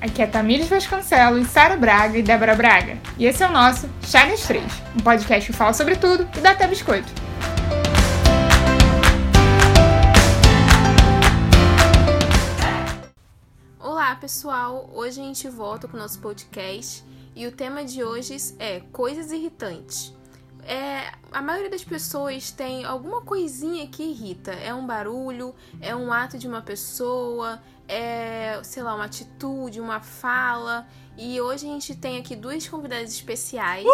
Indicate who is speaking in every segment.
Speaker 1: Aqui é Tamires Vasconcelos, Sara Braga e Débora Braga. E esse é o nosso Chá nas Três, um podcast que fala sobre tudo e dá até biscoito.
Speaker 2: Olá, pessoal! Hoje a gente volta com o nosso podcast e o tema de hoje é coisas irritantes. É, a maioria das pessoas tem alguma coisinha que irrita. É um barulho, é um ato de uma pessoa, é, sei lá, uma atitude, uma fala. E hoje a gente tem aqui duas convidadas especiais.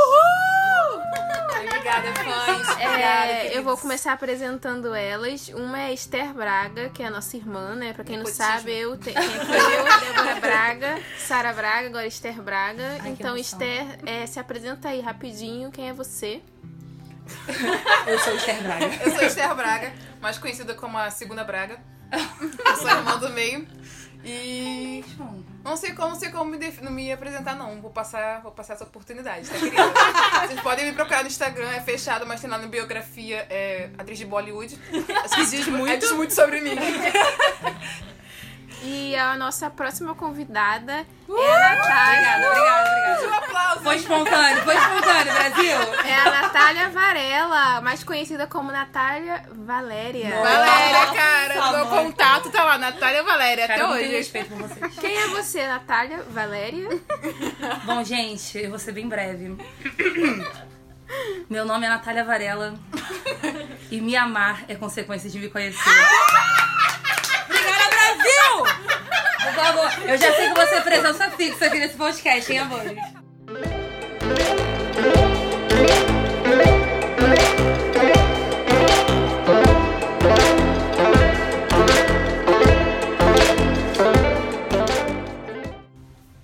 Speaker 3: Obrigada, fãs.
Speaker 2: É,
Speaker 3: Obrigada,
Speaker 2: eu
Speaker 3: queridos.
Speaker 2: vou começar apresentando elas. Uma é Esther Braga, que é a nossa irmã, né? Pra quem não
Speaker 3: Nepotismo.
Speaker 2: sabe, eu tenho eu, Débora Braga, Sara Braga, agora Esther Braga.
Speaker 3: que
Speaker 2: então,
Speaker 3: emoção.
Speaker 2: Esther, é, se apresenta aí rapidinho. Quem é você?
Speaker 4: Eu sou Esther Braga.
Speaker 3: Eu sou Esther Braga, mais conhecida como a Segunda Braga. Eu sou irmã do meio. E não sei como, não sei como me, def- não me apresentar, não. Vou passar, vou passar essa oportunidade, tá, querida? Vocês podem me procurar no Instagram, é fechado, mas tem lá no biografia é, atriz de Bollywood. Acho que diz muito. É, diz muito sobre mim.
Speaker 2: E a nossa próxima convidada é a Natália.
Speaker 4: Obrigada, obrigada, obrigada.
Speaker 3: Um aplauso.
Speaker 4: Foi espontâneo, foi espontâneo, Brasil.
Speaker 2: É a Natália Varela, mais conhecida como Natália Valéria.
Speaker 3: Valéria, cara,
Speaker 4: Nossa,
Speaker 3: meu
Speaker 4: mãe.
Speaker 3: contato tá lá, Natália Valéria,
Speaker 4: Cara, eu
Speaker 3: até
Speaker 4: não tenho
Speaker 3: hoje.
Speaker 4: respeito por vocês.
Speaker 2: Quem é você, Natália Valéria?
Speaker 4: Bom, gente, eu vou ser bem breve. Meu nome é Natália Varela. E me amar é consequência de me conhecer. Obrigada, Brasil! Por favor, eu já sei que você é presença fixa aqui nesse podcast, hein, amores?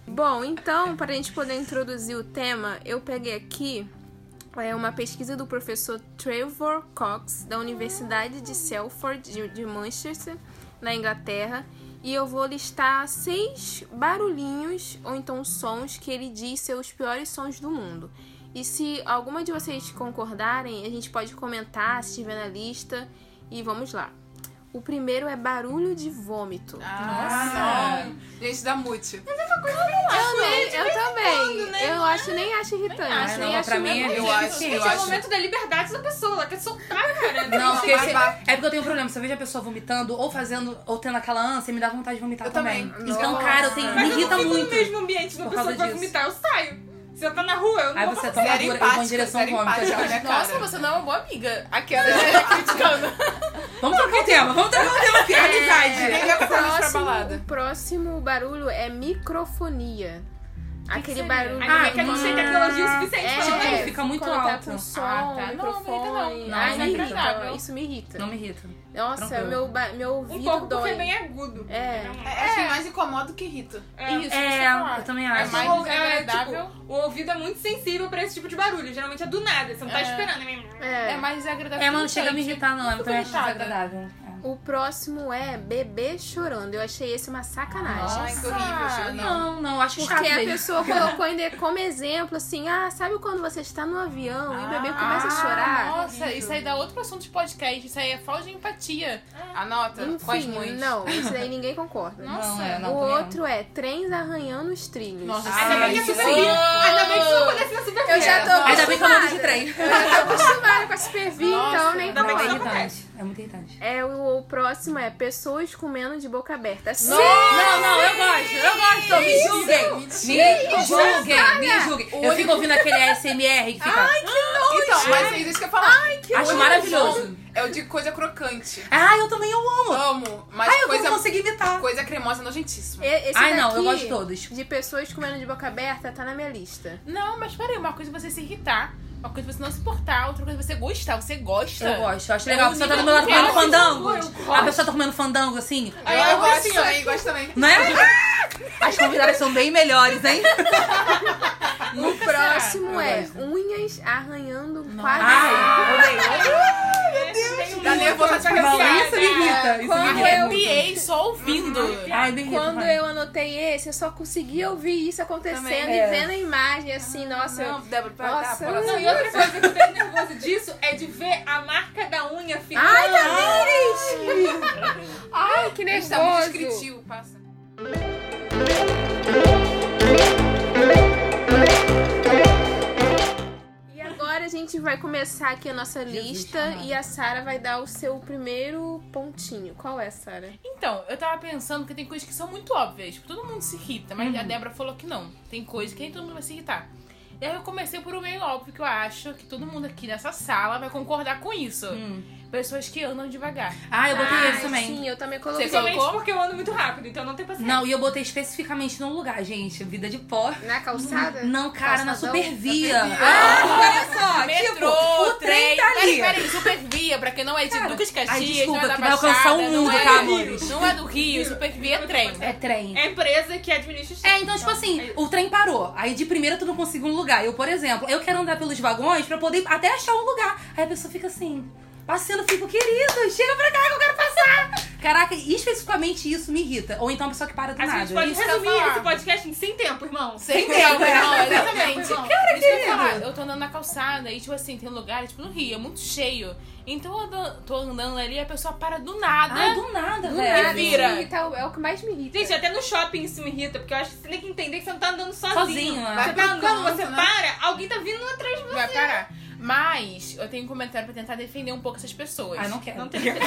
Speaker 2: Bom, então, para a gente poder introduzir o tema, eu peguei aqui é, uma pesquisa do professor Trevor Cox, da Universidade de Salford, de, de Manchester, na Inglaterra. E eu vou listar seis barulhinhos, ou então sons, que ele diz ser os piores sons do mundo. E se alguma de vocês concordarem, a gente pode comentar se estiver na lista. E vamos lá. O primeiro é barulho de vômito.
Speaker 3: Ah, não. Gente, dá mute.
Speaker 2: Eu, nem- eu também. Eu acho nem acho irritante.
Speaker 4: acho,
Speaker 2: nem
Speaker 4: não,
Speaker 2: acho
Speaker 4: pra mim
Speaker 2: mesmo.
Speaker 4: é-
Speaker 3: Eu
Speaker 5: Assim,
Speaker 3: acho,
Speaker 4: Gente,
Speaker 3: eu
Speaker 4: é o
Speaker 3: acho.
Speaker 5: da liberdade da pessoa, ela quer soltar, cara.
Speaker 4: Não, porque se-
Speaker 3: babá.
Speaker 4: é porque eu tenho um problema. Se eu vejo a pessoa vomitando ou fazendo, ou tendo aquela ânsia, me dá vontade de vomitar
Speaker 3: Eu
Speaker 4: também.
Speaker 3: também.
Speaker 4: Então,
Speaker 3: Nossa.
Speaker 4: cara, eu tenho, me
Speaker 5: Mas
Speaker 4: irrita
Speaker 5: eu não fico
Speaker 4: muito.
Speaker 5: no mesmo ambiente, uma
Speaker 4: por
Speaker 5: pessoa
Speaker 4: causa
Speaker 5: que vai
Speaker 4: disso.
Speaker 5: vomitar, eu saio. Se eu tá na rua, eu não
Speaker 4: Aí
Speaker 5: vou
Speaker 4: você
Speaker 5: fazer.
Speaker 4: toma a
Speaker 3: Zero
Speaker 4: dura e vou
Speaker 3: empática,
Speaker 4: em direção
Speaker 3: zero
Speaker 4: cômica.
Speaker 3: empática, né?
Speaker 5: Nossa,
Speaker 3: cara.
Speaker 5: você não é uma boa amiga.
Speaker 3: Aquela já criticando. né?
Speaker 4: Vamos trocar o tema, vamos trocar o tema
Speaker 5: É.
Speaker 4: aqui. Amizade.
Speaker 3: Ninguém vai
Speaker 2: O
Speaker 3: pra nós pra
Speaker 2: próximo,
Speaker 3: balada.
Speaker 2: o próximo barulho é microfonia. Aquele barulho.
Speaker 5: Ah,
Speaker 6: é
Speaker 5: que eu não sei tecnologia o suficiente
Speaker 2: é,
Speaker 5: pra ela.
Speaker 4: tipo, fica muito
Speaker 2: quando Tá
Speaker 4: alto.
Speaker 2: com som,
Speaker 5: Ah, tá. Não, não irrita,
Speaker 2: microfone.
Speaker 5: não.
Speaker 4: Não,
Speaker 2: Ai,
Speaker 4: é
Speaker 2: me irrita.
Speaker 5: inacreditável.
Speaker 2: Isso me irrita.
Speaker 4: Não me irrita.
Speaker 2: Nossa,
Speaker 4: tranquilo.
Speaker 2: meu, ba- meu ouvido
Speaker 5: Um pouco
Speaker 2: dói.
Speaker 5: porque é bem agudo.
Speaker 2: É.
Speaker 3: É, acho que mais incomoda que irrita.
Speaker 5: Isso, isso
Speaker 4: É, eu também
Speaker 5: É
Speaker 4: acho.
Speaker 3: mais
Speaker 5: mais
Speaker 3: desagradável.
Speaker 5: o ouvido é muito sensível pra esse tipo de barulho. Geralmente é do nada, você não tá esperando. É.
Speaker 2: É.
Speaker 3: mais desagradável
Speaker 4: É, mas não chega a me irritar, não. Eu também acho
Speaker 3: irritada.
Speaker 4: desagradável.
Speaker 2: O próximo é bebê chorando. Eu achei esse uma sacanagem.
Speaker 3: Ai, que horrível,
Speaker 5: Nossa.
Speaker 3: Xana.
Speaker 4: Ah, Não, não, acho chato.
Speaker 2: Porque a pessoa colocou ainda como exemplo assim: ah, sabe quando você está no avião e o
Speaker 4: Ah,
Speaker 2: bebê começa a chorar?
Speaker 5: Ah, Nossa, isso aí dá outro assunto de podcast. Isso aí é falta de empatia.
Speaker 3: Ah, Anota, faz
Speaker 2: Enfim,
Speaker 3: muito.
Speaker 2: não, isso daí ninguém concorda.
Speaker 4: Não, é, não, Ah,
Speaker 2: o
Speaker 4: também não.
Speaker 2: outro é trens arranhando os trilhos.
Speaker 3: Nossa,
Speaker 5: Ainda bem que isso aí. Ainda bem que isso não acontece na cidade.
Speaker 2: eu já tô
Speaker 4: Ainda bem que eu não ando de
Speaker 2: acostumada.
Speaker 4: trem.
Speaker 2: Eu já tô acostumada com a Supervi,
Speaker 3: Nossa,
Speaker 2: então nem
Speaker 4: Não, mas é
Speaker 2: concordo.
Speaker 4: irritante. É muito irritante.
Speaker 2: É, o, o próximo é pessoas comendo de boca aberta. Sim!
Speaker 4: Não, não, eu gosto, eu gosto, me julguem. Me julguem, me julguem. Eu fico ouvindo aquele SMR que fica.
Speaker 3: Então, mas é isso que eu ia falar. Ai, que
Speaker 4: Acho maravilhoso.
Speaker 3: É o de coisa crocante.
Speaker 4: Ah, eu também eu amo.
Speaker 3: Amo, mas
Speaker 4: Ah, eu
Speaker 3: coisa,
Speaker 4: não consegui imitar.
Speaker 3: coisa cremosa é nojentíssima.
Speaker 2: E- Esse
Speaker 4: Ai, não, eu
Speaker 2: daqui,
Speaker 4: gosto de todos.
Speaker 2: De pessoas comendo de boca aberta, tá na minha lista.
Speaker 5: Não, mas peraí, uma coisa é você se irritar, uma coisa é você não se importar, outra coisa é você gostar. Você gosta.
Speaker 4: Eu gosto, eu acho
Speaker 5: É
Speaker 4: legal. A
Speaker 5: um
Speaker 4: pessoa tá do
Speaker 5: nível
Speaker 4: meu lado
Speaker 5: surreal
Speaker 4: comendo
Speaker 5: de
Speaker 4: fandango.
Speaker 5: loucura, eu gosto.
Speaker 4: A pessoa tá comendo fandango assim.
Speaker 3: Eu,
Speaker 5: eu
Speaker 3: gosto
Speaker 5: assim, ó.
Speaker 3: também, gosto também.
Speaker 4: Não é?
Speaker 5: Ah!
Speaker 4: As convidadas são bem melhores, hein?
Speaker 2: O próximo é unhas arranhando quase.
Speaker 4: Ai, odeio.
Speaker 3: Dá nervoso de
Speaker 4: Não,
Speaker 3: pensar.
Speaker 4: isso me irrita. Isso me
Speaker 2: Quando
Speaker 4: irrita.
Speaker 2: eu-
Speaker 5: Arrepiei só ouvindo.
Speaker 3: né?
Speaker 4: Ai, me irrita.
Speaker 2: Quando
Speaker 4: vai.
Speaker 2: eu anotei esse, eu só conseguia ouvir isso acontecendo
Speaker 3: Também,
Speaker 2: e
Speaker 4: é.
Speaker 2: vendo a imagem, assim, nossa.
Speaker 3: Ah, Não,
Speaker 2: eu-
Speaker 3: Débora, pra dar
Speaker 2: Nossa.
Speaker 3: pra-
Speaker 5: Não, e outra coisa que eu tenho nervoso disso é de ver a marca da unha ficando.
Speaker 2: Ai, Tamires! Ai, que
Speaker 3: Gente, tá muito
Speaker 2: nervoso!
Speaker 3: descritivo, passa.
Speaker 2: gente vai começar aqui a nossa
Speaker 4: Jesus
Speaker 2: lista
Speaker 4: amado.
Speaker 2: e a Sara vai dar o seu primeiro pontinho. Qual é, Sara?
Speaker 5: Então, eu tava pensando que tem coisas que são muito óbvias. Tipo, todo mundo se irrita, mas a Débora falou que não. Tem coisas que nem todo mundo vai se irritar. E aí eu comecei por um meio óbvio que eu acho que todo mundo aqui nessa sala vai concordar com isso.
Speaker 4: Hum.
Speaker 5: Pessoas que andam devagar.
Speaker 4: Ah, eu botei
Speaker 2: Ah,
Speaker 4: esse também.
Speaker 2: Sim, eu também coloquei.
Speaker 3: Você colocou?
Speaker 5: porque eu ando muito rápido, então não tem paciência.
Speaker 4: Não, e eu botei especificamente num lugar, gente. Vida de pó.
Speaker 2: Na calçada?
Speaker 4: Não, cara, na
Speaker 2: Calçadão?
Speaker 5: um?
Speaker 4: supervia. Ah, olha só, tipo, o trem tá ali.
Speaker 5: Peraí, peraí, supervia, pra quem não é de
Speaker 4: Cara,
Speaker 5: Duques Caxias,
Speaker 4: ai, desculpa,
Speaker 5: não é da
Speaker 4: que vai
Speaker 5: Baixada,
Speaker 4: alcançar o mundo,
Speaker 5: não é
Speaker 4: tá,
Speaker 5: do-
Speaker 4: amores?
Speaker 5: Não é do Rio, supervia é trem.
Speaker 4: É trem.
Speaker 6: É a empresa que administra o
Speaker 4: É, então, tipo assim, o trem parou. Aí de primeira tu não conseguiu um lugar. Eu, por exemplo, eu quero andar pelos vagões pra poder até achar um lugar. Aí a pessoa fica assim, passeando, eu fico, querido, chega pra cá que eu quero passar. Caraca, especificamente isso me irrita. Ou então a pessoa que para do
Speaker 6: A
Speaker 4: nada.
Speaker 6: gente pode
Speaker 5: isso que eu ia
Speaker 6: resumir
Speaker 5: falar.
Speaker 6: esse podcast em sem tempo, irmão.
Speaker 5: Sem
Speaker 4: tempo,
Speaker 5: tempo, não,
Speaker 4: né?
Speaker 5: exatamente.
Speaker 6: Sem tempo,
Speaker 5: Cara, que é? eu, ia falar, eu tô andando na calçada e, tipo assim, tem lugares, tipo, no Rio, é muito cheio. Então eu ando- tô andando ali e a pessoa para do nada.
Speaker 4: Ai, do nada,
Speaker 2: Do
Speaker 4: velho.
Speaker 2: nada,
Speaker 5: vira.
Speaker 2: isso me irrita, é o que mais me irrita.
Speaker 6: Gente, até no shopping isso me irrita, porque eu acho que você tem que entender que você não tá andando sozinho.
Speaker 4: Sozinho, né?
Speaker 6: Você
Speaker 3: Vai
Speaker 6: tá
Speaker 3: pro
Speaker 6: andando,
Speaker 3: canto,
Speaker 6: você
Speaker 3: né?
Speaker 6: para, alguém tá vindo atrás de você.
Speaker 5: Vai parar. Mas eu tenho um comentário pra tentar defender um pouco essas pessoas.
Speaker 4: Ah, não quero.
Speaker 6: Não tem
Speaker 5: Não quero,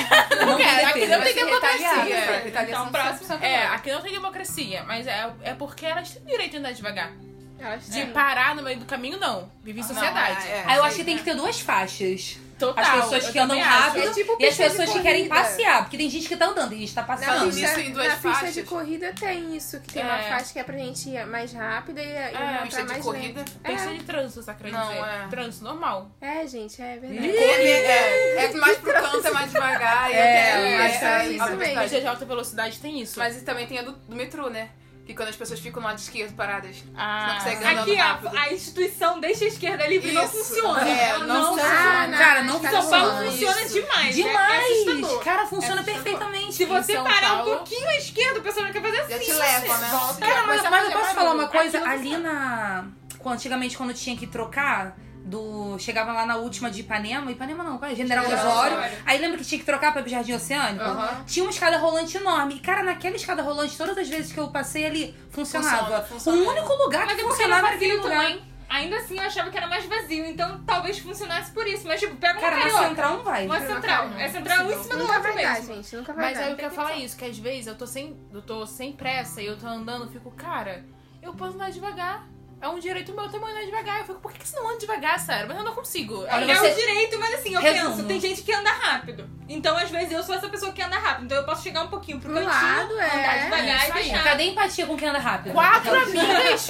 Speaker 5: aqui não
Speaker 3: Vai
Speaker 5: tem
Speaker 3: ser retaliada,
Speaker 5: democracia.
Speaker 3: vai ser retaliação
Speaker 6: Então, próximo.
Speaker 3: só- só-
Speaker 5: É, aqui não tem democracia, mas é, é porque elas têm direito de andar devagar.
Speaker 2: Elas
Speaker 5: De
Speaker 2: têm.
Speaker 5: parar no meio do caminho, Ah, não. Vive em
Speaker 3: Não,
Speaker 5: sociedade.
Speaker 3: é, é.
Speaker 4: Aí eu acho que tem que ter duas faixas.
Speaker 5: Total.
Speaker 4: As pessoas
Speaker 5: eu
Speaker 4: que andam
Speaker 5: também acho.
Speaker 4: rápido
Speaker 2: É tipo
Speaker 4: e as
Speaker 2: pista de
Speaker 4: pessoas que querem
Speaker 2: corrida.
Speaker 4: passear. Porque tem gente que tá andando e a gente tá
Speaker 2: Na,
Speaker 4: passando.
Speaker 3: Não,
Speaker 2: pista,
Speaker 3: isso é em duas
Speaker 2: na pista de
Speaker 3: faixas.
Speaker 2: corrida tem isso, que tem uma
Speaker 5: É.
Speaker 2: faixa que é pra gente ir mais rápida e, e uma pra
Speaker 3: pista de
Speaker 2: tá mais
Speaker 3: corrida.
Speaker 2: lenta.
Speaker 5: Pista
Speaker 2: É.
Speaker 5: de trânsito, você acredita?
Speaker 3: Não, é.
Speaker 5: Trânsito normal.
Speaker 2: É, gente, é verdade.
Speaker 3: É, é mais pro canto, é mais devagar. e até-
Speaker 2: mas é
Speaker 3: aí,
Speaker 2: isso
Speaker 3: a
Speaker 2: mesmo.
Speaker 3: velocidade.
Speaker 5: Pista de alta velocidade tem isso.
Speaker 3: Mas isso também tem a do, do metrô, né? Que quando as pessoas ficam no lado esquerdo paradas.
Speaker 5: Ah.
Speaker 3: Não consegue andar
Speaker 6: Aqui,
Speaker 3: rápido.
Speaker 6: ó, a instituição deixa a esquerda livre não
Speaker 3: Isso,
Speaker 6: funciona.
Speaker 3: é,
Speaker 6: Ela
Speaker 3: não
Speaker 6: não
Speaker 3: funciona.
Speaker 6: funciona.
Speaker 2: Ah, na-
Speaker 4: Cara, não
Speaker 3: é
Speaker 2: na
Speaker 6: São Paulo
Speaker 2: Isso.
Speaker 6: funciona demais. né? É
Speaker 4: Demais!
Speaker 6: assustador.
Speaker 4: Cara, funciona
Speaker 3: assustador.
Speaker 4: perfeitamente.
Speaker 6: Se você
Speaker 5: São
Speaker 6: parar
Speaker 5: Paulo-
Speaker 6: um pouquinho à esquerda, a pessoa não quer fazer assim.
Speaker 3: Já te
Speaker 6: ó,
Speaker 3: leva, né?
Speaker 6: volta.
Speaker 3: Você quer
Speaker 4: Cara, mas,
Speaker 3: começar a
Speaker 4: mas eu
Speaker 3: fazer
Speaker 4: posso falar
Speaker 3: barulho.
Speaker 4: uma coisa?
Speaker 6: Aquilo
Speaker 4: Ali na. quando Antigamente, quando tinha que trocar. Do... Chegava lá na última de Ipanema, Ipanema não, qual é? General
Speaker 3: General
Speaker 4: Osório.
Speaker 3: Osório.
Speaker 4: Aí lembra que tinha que trocar para o Jardim Oceânico?
Speaker 3: Aham.
Speaker 4: Tinha uma escada rolante enorme. E, cara, naquela escada rolante, todas as vezes que eu passei ali,
Speaker 3: Funciona,
Speaker 4: funcionava.
Speaker 3: funciona.
Speaker 4: O único lugar
Speaker 6: Mas
Speaker 4: que
Speaker 6: é porque era
Speaker 4: funcionava naquele
Speaker 6: vazio
Speaker 4: lugar.
Speaker 6: também. Ainda assim, eu achava que era mais vazio. Então, talvez funcionasse por isso. Mas, tipo, pega uma
Speaker 4: Cara, na
Speaker 6: carioca.
Speaker 4: central não tá vai.
Speaker 6: Uma central. É central um em cima do
Speaker 2: Nunca
Speaker 6: outro
Speaker 2: vai dar,
Speaker 6: mesmo.
Speaker 2: gente. Nunca vai
Speaker 5: Mas
Speaker 2: dar.
Speaker 5: aí eu quero falar isso, que às vezes eu tô sem, eu tô sem pressa e eu tô andando, eu fico, cara, eu posso andar devagar. É um direito meu também andar devagar. Eu fico, por que, que você não anda devagar, Sarah? Mas eu não consigo.
Speaker 4: Olha,
Speaker 5: Aí
Speaker 6: É
Speaker 4: você-
Speaker 6: o direito, mas assim, eu
Speaker 4: Resumo.
Speaker 6: penso, tem gente que anda rápido. Então, às vezes, eu sou essa pessoa que anda rápido. Então, eu posso chegar um pouquinho pro
Speaker 2: Pro
Speaker 6: cantinho,
Speaker 2: lado, é.
Speaker 6: andar devagar
Speaker 5: Isso
Speaker 6: e
Speaker 5: aí.
Speaker 6: deixar.
Speaker 4: Cadê a empatia com quem anda rápido?
Speaker 5: Quatro
Speaker 4: Aquelas-
Speaker 5: amigas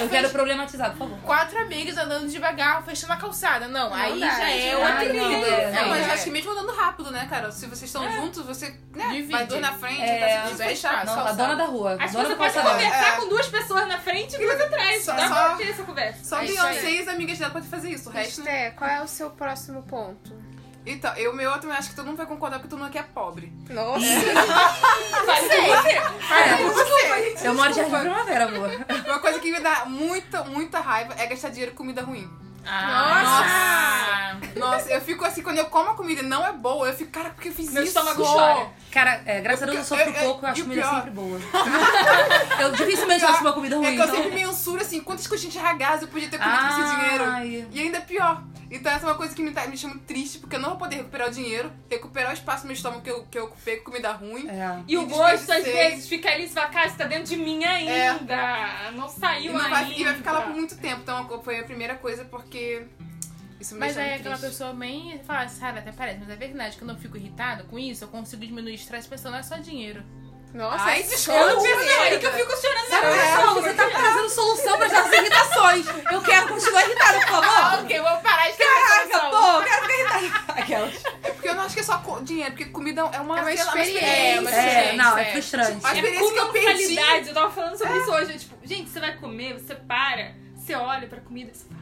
Speaker 4: Eu quero problematizar, por favor.
Speaker 5: quatro amigas andando devagar, fechando a calçada. Não, aí
Speaker 2: dá,
Speaker 5: já
Speaker 2: gente,
Speaker 5: é
Speaker 2: não
Speaker 5: outra
Speaker 4: dá, não,
Speaker 5: nível.
Speaker 4: é,
Speaker 3: É,
Speaker 4: não,
Speaker 3: mas
Speaker 5: é.
Speaker 3: acho que mesmo andando rápido, né, cara? Se vocês estão juntos, você né,
Speaker 5: Divide.
Speaker 3: vai dois na frente,
Speaker 4: É,
Speaker 3: tá se
Speaker 5: vai
Speaker 3: fechar.
Speaker 4: Não, a dona da rua.
Speaker 6: Acho que
Speaker 4: dona
Speaker 6: você
Speaker 4: do
Speaker 6: pode
Speaker 4: calçadão.
Speaker 6: conversar
Speaker 3: É.
Speaker 6: com duas pessoas na frente e duas atrás.
Speaker 3: Só-
Speaker 6: Dá
Speaker 3: só-
Speaker 6: pra ter essa conversa.
Speaker 3: Só
Speaker 2: É isso
Speaker 3: Beyoncé e as amigas dela podem fazer isso. O resto. não.
Speaker 2: Esté, qual é o seu próximo ponto?
Speaker 3: Então, eu, meu, eu também acho que todo mundo vai concordar que todo mundo aqui é pobre.
Speaker 2: Nossa,
Speaker 4: É,
Speaker 3: Cara, né? você.
Speaker 4: Eu moro de Jardim Primavera, amor.
Speaker 3: Uma coisa que me dá muita, muita raiva é gastar dinheiro com comida ruim.
Speaker 5: Ah, nossa!
Speaker 3: Nossa, eu fico assim, quando eu como a comida e não é boa, eu fico, cara, por que eu fiz
Speaker 6: Meu
Speaker 3: isso?
Speaker 6: estômago chora.
Speaker 4: Cara, é, graças a Deus eu sofro
Speaker 3: Eu- eu-
Speaker 4: pouco, eu
Speaker 3: e
Speaker 4: acho
Speaker 3: o
Speaker 4: comida
Speaker 3: pior-
Speaker 4: sempre boa. Eu dificilmente acho uma comida ruim.
Speaker 3: É que eu
Speaker 4: então. Ah,
Speaker 3: sempre mensuro assim, quantas coxinhas de ragazzo eu podia ter comido com esse dinheiro.
Speaker 4: Ai.
Speaker 3: E ainda pior. Então essa é uma coisa que me, tá, me deixa muito triste, porque eu não vou poder recuperar o dinheiro, recuperar o espaço no meu estômago que eu, que eu ocupei com comida ruim.
Speaker 4: É.
Speaker 6: E o
Speaker 3: Me
Speaker 6: gosto, às
Speaker 3: desperdicei.
Speaker 6: vezes, fica ali esvacado, tá dentro de mim ainda. Não
Speaker 3: E,
Speaker 6: saiu
Speaker 3: não
Speaker 6: ainda.
Speaker 3: vai, e vai ficar lá por muito tempo. Então foi a primeira coisa, porque isso me
Speaker 5: Mas
Speaker 3: deixa
Speaker 5: aí
Speaker 3: muito
Speaker 5: aquela
Speaker 3: triste.
Speaker 5: pessoa bem fala, Sara, até parece, mas é verdade, quando eu fico irritada com isso, eu consigo diminuir o estresse pensando, é só dinheiro.
Speaker 2: nossa, é
Speaker 3: Ai,
Speaker 2: esse-
Speaker 6: Eu não
Speaker 3: desculpa, é
Speaker 6: tive
Speaker 3: gente.
Speaker 6: dinheiro, É que eu fico chorando na
Speaker 4: Sabe, pessoal, você tá trazendo solução para as nossas irritações. Eu quero continuar irritada, por
Speaker 3: Ah,
Speaker 4: favor.
Speaker 5: ok, vou parar de ter
Speaker 4: Caraca,
Speaker 5: essa
Speaker 4: pô, eu quero ficar irritada. Aquelas.
Speaker 3: É porque eu não acho que é só co- dinheiro, porque comida é uma,
Speaker 2: É uma
Speaker 3: sei lá,
Speaker 2: experiência.
Speaker 3: uma
Speaker 4: É,
Speaker 3: experiência,
Speaker 4: não,
Speaker 3: é.
Speaker 4: é frustrante.
Speaker 3: A experiência que eu perdi.
Speaker 6: qualidade. Eu tava falando sobre isso hoje. Tipo, gente, você vai comer, você para, você olha pra comida, você fala,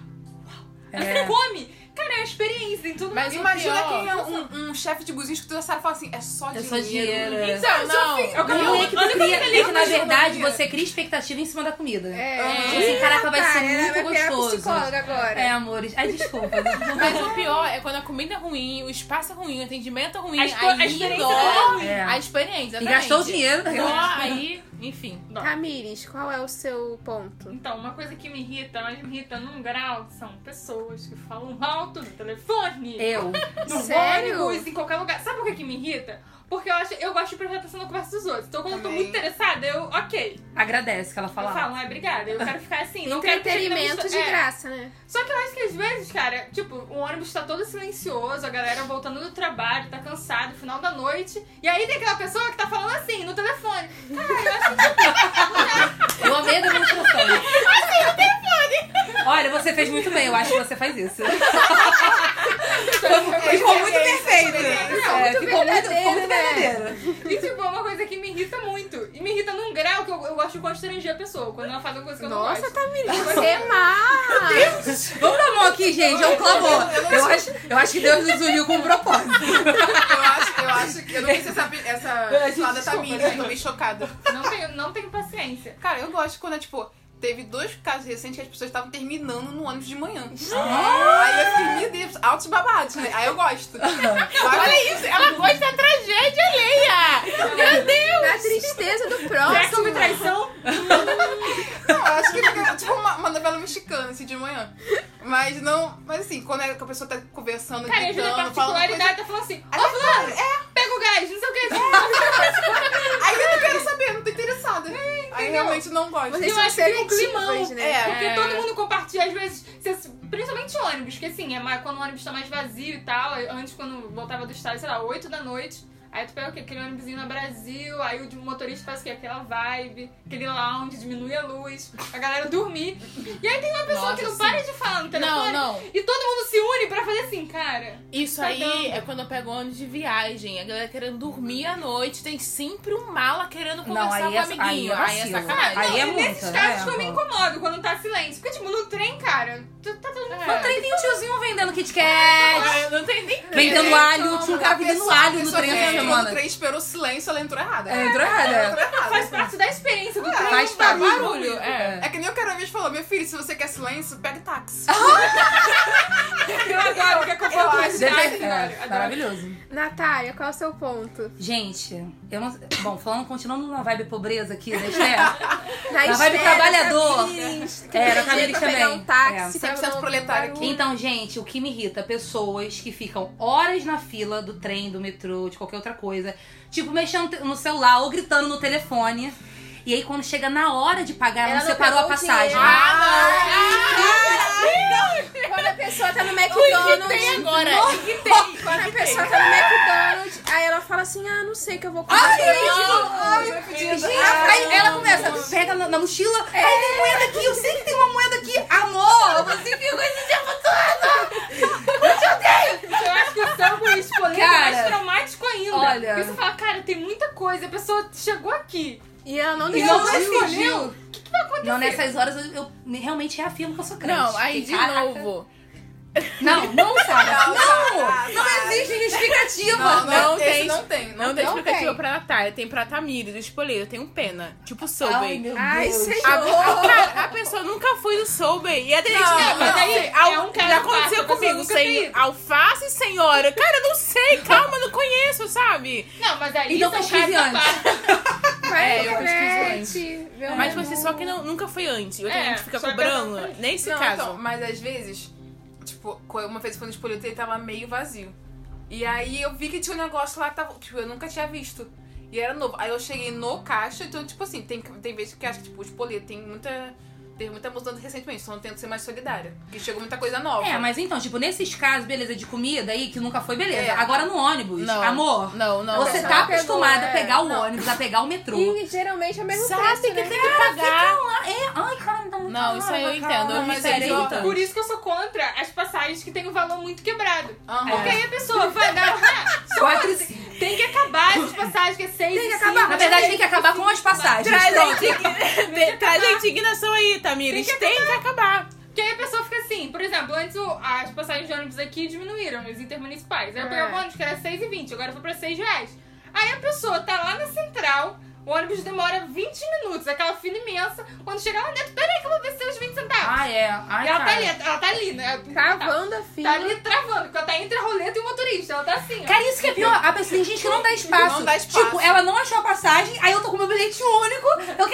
Speaker 4: É.
Speaker 6: Aí você come. Cara, é uma experiência em tudo.
Speaker 5: Mas
Speaker 6: mundo.
Speaker 3: Imagina
Speaker 5: pior.
Speaker 3: quem é um, um chefe de cozinha escutando essa sala e fala assim: é só
Speaker 4: É
Speaker 3: dinheiro.
Speaker 4: só dinheiro. é.
Speaker 5: Então, não.
Speaker 6: Eu
Speaker 4: Não,
Speaker 6: como-
Speaker 4: é que, tu
Speaker 6: olha como
Speaker 4: cria,
Speaker 6: tá
Speaker 4: é que na
Speaker 3: lindo,
Speaker 4: verdade
Speaker 3: né?
Speaker 4: você cria expectativa em cima da comida.
Speaker 2: É.
Speaker 4: Tipo assim, caraca, vai
Speaker 2: Tá,
Speaker 4: ser
Speaker 3: é,
Speaker 2: ela
Speaker 4: muito
Speaker 2: vai virar
Speaker 4: gostoso.
Speaker 2: psicóloga agora.
Speaker 4: É, amores. Ai, desculpa.
Speaker 5: Mas o pior é quando a comida é ruim, o espaço é ruim, o atendimim é ruim,
Speaker 6: A expo- a
Speaker 5: aí
Speaker 6: experiência
Speaker 5: dói
Speaker 6: é
Speaker 4: ruim.
Speaker 5: a experiência.
Speaker 4: E
Speaker 5: exatamente.
Speaker 4: gastou o dinheiro. né?
Speaker 5: Dó, aí, Enfim.
Speaker 2: Tamires, qual é o seu ponto?
Speaker 6: Então, uma coisa que me irrita, mas me irrita num grau, são pessoas que falam alto no telefone.
Speaker 4: Eu.
Speaker 6: No
Speaker 2: Sério?
Speaker 6: ônibus, em qualquer lugar. Sabe por que, que me irrita? Porque eu, acho, eu gosto de prestar atenção na conversa dos outros. Então, quando eu tô
Speaker 3: Também.
Speaker 6: muito interessada, eu, ok.
Speaker 4: Agradece que ela fala.
Speaker 6: Eu falo, ah, obrigada. Eu quero ficar assim. Não quero que chegue na minha
Speaker 2: Entretenimento de
Speaker 6: história. É.
Speaker 2: graça, né?
Speaker 6: Só que eu acho que às vezes, cara, tipo, o ônibus tá todo silencioso, a galera voltando do trabalho, tá cansado, final da noite. E aí tem aquela pessoa que tá falando assim, no telefone.
Speaker 4: Eu amei a demonstração. Olha, você fez muito bem, eu acho que você faz isso. ficou muito perfeito. É, ficou muito, ficou muito verdadeiro.
Speaker 6: E tipo, é uma coisa que me irrita muito. E me irrita num grau que eu, eu gosto de constranger a pessoa, quando ela faz uma coisa que eu não
Speaker 2: Nossa,
Speaker 6: gosto. Tipo assim,
Speaker 2: Tamires, você é má!
Speaker 4: Vamos dar a mão aqui, gente. É um clamor.
Speaker 3: Eu não-
Speaker 4: Eu acho, eu acho que Deus nos uniu com um propósito.
Speaker 3: Eu acho, eu acho que. Eu não sei se essa, essa cilada tá minha, eu tô bem chocada.
Speaker 6: Não tenho, não tenho paciência.
Speaker 3: Cara, eu gosto quando é tipo. Teve dois casos recentes que as pessoas estavam terminando no ônibus de manhã.
Speaker 4: Ah!
Speaker 3: Aí eu fiquei, meu Deus, altos babados, né? Aí eu gosto. Olha isso,
Speaker 5: Ela gosta da tragédia alheia!
Speaker 2: A tristeza do
Speaker 6: Será que
Speaker 2: próximo.
Speaker 6: houve traição?
Speaker 3: Não, eu acho que fica tipo uma, uma novela mexicana, assim, de manhã. Mas não. Mas assim, quando é que a pessoa tá conversando,
Speaker 6: Cara, eu já dei
Speaker 3: gritando, falando. Coisa,
Speaker 6: particularidade, eu falo assim, ó fulano, pega o gás, não sei o que.
Speaker 3: aí eu não quero saber, não tô interessada. aí realmente não gosto.
Speaker 2: Vocês
Speaker 6: Eu
Speaker 2: são
Speaker 6: acho que é um
Speaker 2: seletivas,
Speaker 6: climão.
Speaker 2: né?
Speaker 3: É.
Speaker 6: Porque
Speaker 5: É.
Speaker 6: todo mundo compartilha, às vezes, você- principalmente ônibus, que assim, é mais, quando o ônibus tá mais vazio e tal. eu- Antes, quando voltava do estádio, sei lá, 8 da noite, aí tu pega o quê? Aquele ônibusinho na Brasil, aí o de motorista faz o quê? Aquela vibe, aquele lounge, diminui a luz, a galera dormir. E aí tem uma pessoa
Speaker 5: Nossa,
Speaker 6: que não
Speaker 5: sim.
Speaker 6: para de falar no telefone.
Speaker 5: Não, não.
Speaker 6: E todo mundo se une pra fazer assim, cara.
Speaker 5: Isso
Speaker 6: Tá
Speaker 5: aí
Speaker 6: dando.
Speaker 5: é quando eu pego ônibus de viagem. A galera querendo dormir à noite. Tem sempre um mala querendo
Speaker 4: Não,
Speaker 5: conversar
Speaker 4: aí
Speaker 5: com
Speaker 4: é,
Speaker 5: o amiguinho.
Speaker 4: aí é
Speaker 5: sacanagem.
Speaker 4: vacilo. Aí é
Speaker 6: e
Speaker 4: muito.
Speaker 6: nesses casos que eu me
Speaker 4: né?
Speaker 6: incomodo quando tá silêncio. Porque, tipo, no trem, cara, tu- tá todo mundo
Speaker 5: É.
Speaker 4: No trem tem um tiozinho vendendo Kit Kat.
Speaker 5: Ah, Não tem nem
Speaker 4: Vendendo
Speaker 3: Então,
Speaker 4: alho, tinha um cara
Speaker 3: a pessoa-
Speaker 4: vendendo alho
Speaker 3: a
Speaker 4: no
Speaker 3: pessoa
Speaker 4: trem
Speaker 3: que
Speaker 4: essa
Speaker 3: entrou no
Speaker 4: semana.
Speaker 3: trem, esperou o silêncio, ela entrou errada.
Speaker 4: É, entrou errada.
Speaker 3: Entrou errada.
Speaker 6: Faz parte da experiência do trem.
Speaker 4: Faz
Speaker 6: um
Speaker 4: barulho.
Speaker 5: barulho. É.
Speaker 3: É que nem o cara uma vez falou, meu filho, se você quer silêncio, pega táxi.
Speaker 6: Eu adoro que é
Speaker 3: Eu
Speaker 6: completamente
Speaker 3: acho-
Speaker 4: Deve-
Speaker 6: cidade,
Speaker 4: é,
Speaker 6: adoro.
Speaker 4: Maravilhoso.
Speaker 2: Natália, qual é o seu ponto?
Speaker 4: Gente, eu não. Bom, falando, continuando na vibe pobreza aqui, né, Esther?
Speaker 2: Na
Speaker 4: Mas vai pro
Speaker 2: espera,
Speaker 4: trabalhador.
Speaker 2: Tamires, que
Speaker 4: É,
Speaker 2: tem
Speaker 4: na
Speaker 2: que
Speaker 4: Tamires
Speaker 2: pegar
Speaker 4: também.
Speaker 2: um táxi,
Speaker 4: É.
Speaker 2: pra
Speaker 3: 100%
Speaker 2: não um-
Speaker 3: proletário
Speaker 2: ouvir barulho.
Speaker 4: Então, gente, o que me irrita? Pessoas que ficam horas na fila do trem, do metrô, de qualquer outra coisa, tipo, mexendo no celular ou gritando no telefone. E aí, quando chega na hora de pagar, ela
Speaker 2: Ela
Speaker 4: não
Speaker 2: não
Speaker 4: separou a
Speaker 2: pegou o
Speaker 4: passagem. Ah,
Speaker 2: dinheiro.
Speaker 3: Ah,
Speaker 2: Quando a pessoa tá no
Speaker 5: O que
Speaker 2: McDonald's,
Speaker 5: tem agora? O que
Speaker 2: quando a
Speaker 5: tem?
Speaker 2: pessoa tá no McDonald's, aí ela fala assim, ah, não sei o que eu vou comer. Tipo,
Speaker 4: Gente, aí ela começa, pega na, na mochila, aí tem moeda aqui, eu sei que tem uma moeda aqui. Amor, você ficou esse tempo
Speaker 6: Eu acho que o sanduíche polenta é
Speaker 4: Cara,
Speaker 6: mais traumático ainda.
Speaker 4: olha.
Speaker 6: Porque você fala, cara, tem muita coisa, a pessoa chegou aqui.
Speaker 2: E ela não
Speaker 4: E
Speaker 2: deu
Speaker 4: não
Speaker 2: mais
Speaker 4: decidiu. O que, que vai acontecer? Não, nessas horas eu, eu realmente reafirmo que eu sou crente.
Speaker 5: Não, aí de
Speaker 4: Porque, caraca,
Speaker 5: novo.
Speaker 4: Não, não, Sara.
Speaker 3: Não,
Speaker 4: Não!
Speaker 3: Sara,
Speaker 4: Não
Speaker 3: Sara.
Speaker 4: existe justificativa.
Speaker 3: Não, não,
Speaker 5: Não
Speaker 3: esse
Speaker 5: tem.
Speaker 3: não tem.
Speaker 5: Não, tem
Speaker 3: tem.
Speaker 5: explicativa pra Natália, tem pra Tamires, o espoleiro, tem um pena. Tipo Soulbay.
Speaker 4: meu
Speaker 2: Ai, senhor.
Speaker 5: A, a- cara, a pessoa nunca foi no Soulbay. E a gente, não, mas aí
Speaker 6: não.
Speaker 5: al-
Speaker 6: É um cara
Speaker 5: já
Speaker 6: no quarto, a
Speaker 5: aconteceu
Speaker 6: pessoa
Speaker 5: comigo,
Speaker 6: nunca
Speaker 5: sem
Speaker 6: tem ido.
Speaker 5: alface, senhora. Cara, eu não sei, calma, não conheço, sabe?
Speaker 6: Não, mas aí
Speaker 4: Então
Speaker 6: são
Speaker 4: pesquise
Speaker 6: casos à
Speaker 4: antes.
Speaker 6: parte.
Speaker 2: Vai,
Speaker 5: É, eu
Speaker 2: Ivete, meu
Speaker 4: É
Speaker 5: Mas
Speaker 2: amor.
Speaker 5: você só que não, nunca foi antes. Outra
Speaker 6: É,
Speaker 5: gente fica
Speaker 6: só que
Speaker 5: cobrando.
Speaker 6: ela não foi.
Speaker 5: Nesse
Speaker 3: Não,
Speaker 5: caso.
Speaker 3: então, mas às vezes, tipo, co- uma vez quando eu escolhi o trem, tava meio vazio. E aí eu vi que tinha um negócio lá, tava, tipo, eu nunca tinha visto. E era novo. Aí eu cheguei no caixa, então, tipo assim, tem, tem vezes que acho que, tipo, o espoleto tem muita. Teve muita mudança recentemente, então eu tento ser mais solidária. Porque chegou muita coisa nova.
Speaker 4: É, mas então, tipo, nesses casos, beleza, de comida aí, que nunca foi, beleza.
Speaker 3: É.
Speaker 4: Agora no ônibus,
Speaker 5: Não.
Speaker 4: amor,
Speaker 5: Não, não.
Speaker 4: você
Speaker 5: não.
Speaker 4: tá
Speaker 2: pegou,
Speaker 4: acostumada
Speaker 2: é.
Speaker 4: a pegar o
Speaker 2: Não.
Speaker 4: ônibus, a pegar o metrô.
Speaker 2: E geralmente é o mesmo
Speaker 5: Sabe
Speaker 2: preço,
Speaker 5: que
Speaker 2: né?
Speaker 5: tem que pagar.
Speaker 4: Ah, é? Ai, cara, então.
Speaker 5: Não, isso aí eu entendo.
Speaker 4: Calma,
Speaker 3: Mas
Speaker 4: isso aí é
Speaker 3: eu-
Speaker 4: irritante.
Speaker 6: Por isso que eu sou contra as passagens que tem um valor muito quebrado.
Speaker 3: Aham.
Speaker 6: Porque
Speaker 5: é.
Speaker 6: aí a pessoa vai dar. Ah,
Speaker 4: Quatro e cinco.
Speaker 6: tem que acabar essas passagens, que é seis
Speaker 4: Tem que
Speaker 6: e
Speaker 4: acabar.
Speaker 6: cinco.
Speaker 4: Na verdade, tem que acabar com as passagens.
Speaker 5: Traz a,
Speaker 4: Pronto.
Speaker 5: indigna- te- traz a indignação aí, tá, Tamires. Tem que acabar.
Speaker 6: Porque aí a pessoa fica assim, por exemplo, antes o- as passagens de ônibus aqui diminuíram, os intermunicipais. Aí eu
Speaker 2: É.
Speaker 6: pegava o ônibus que era 6,20, agora foi pra 6 reais. Aí a pessoa tá lá na central, o ônibus demora 20 minutos, aquela fila imensa. Quando chegar lá dentro, peraí que eu vou ver seus 20 centavos.
Speaker 4: Ah, é. Ai,
Speaker 6: e ela
Speaker 4: cara.
Speaker 6: tá ali, ela tá ali, né?
Speaker 2: Travando a
Speaker 6: Tá
Speaker 2: fila.
Speaker 6: ali travando, porque ela tá entre a roleta e o motorista. Ela tá assim, ó.
Speaker 4: Cara, isso que é pior. A pessoa, tem gente que não dá espaço.
Speaker 3: Não dá espaço.
Speaker 4: Tipo, ela não achou a passagem, aí eu tô com meu bilhete único, eu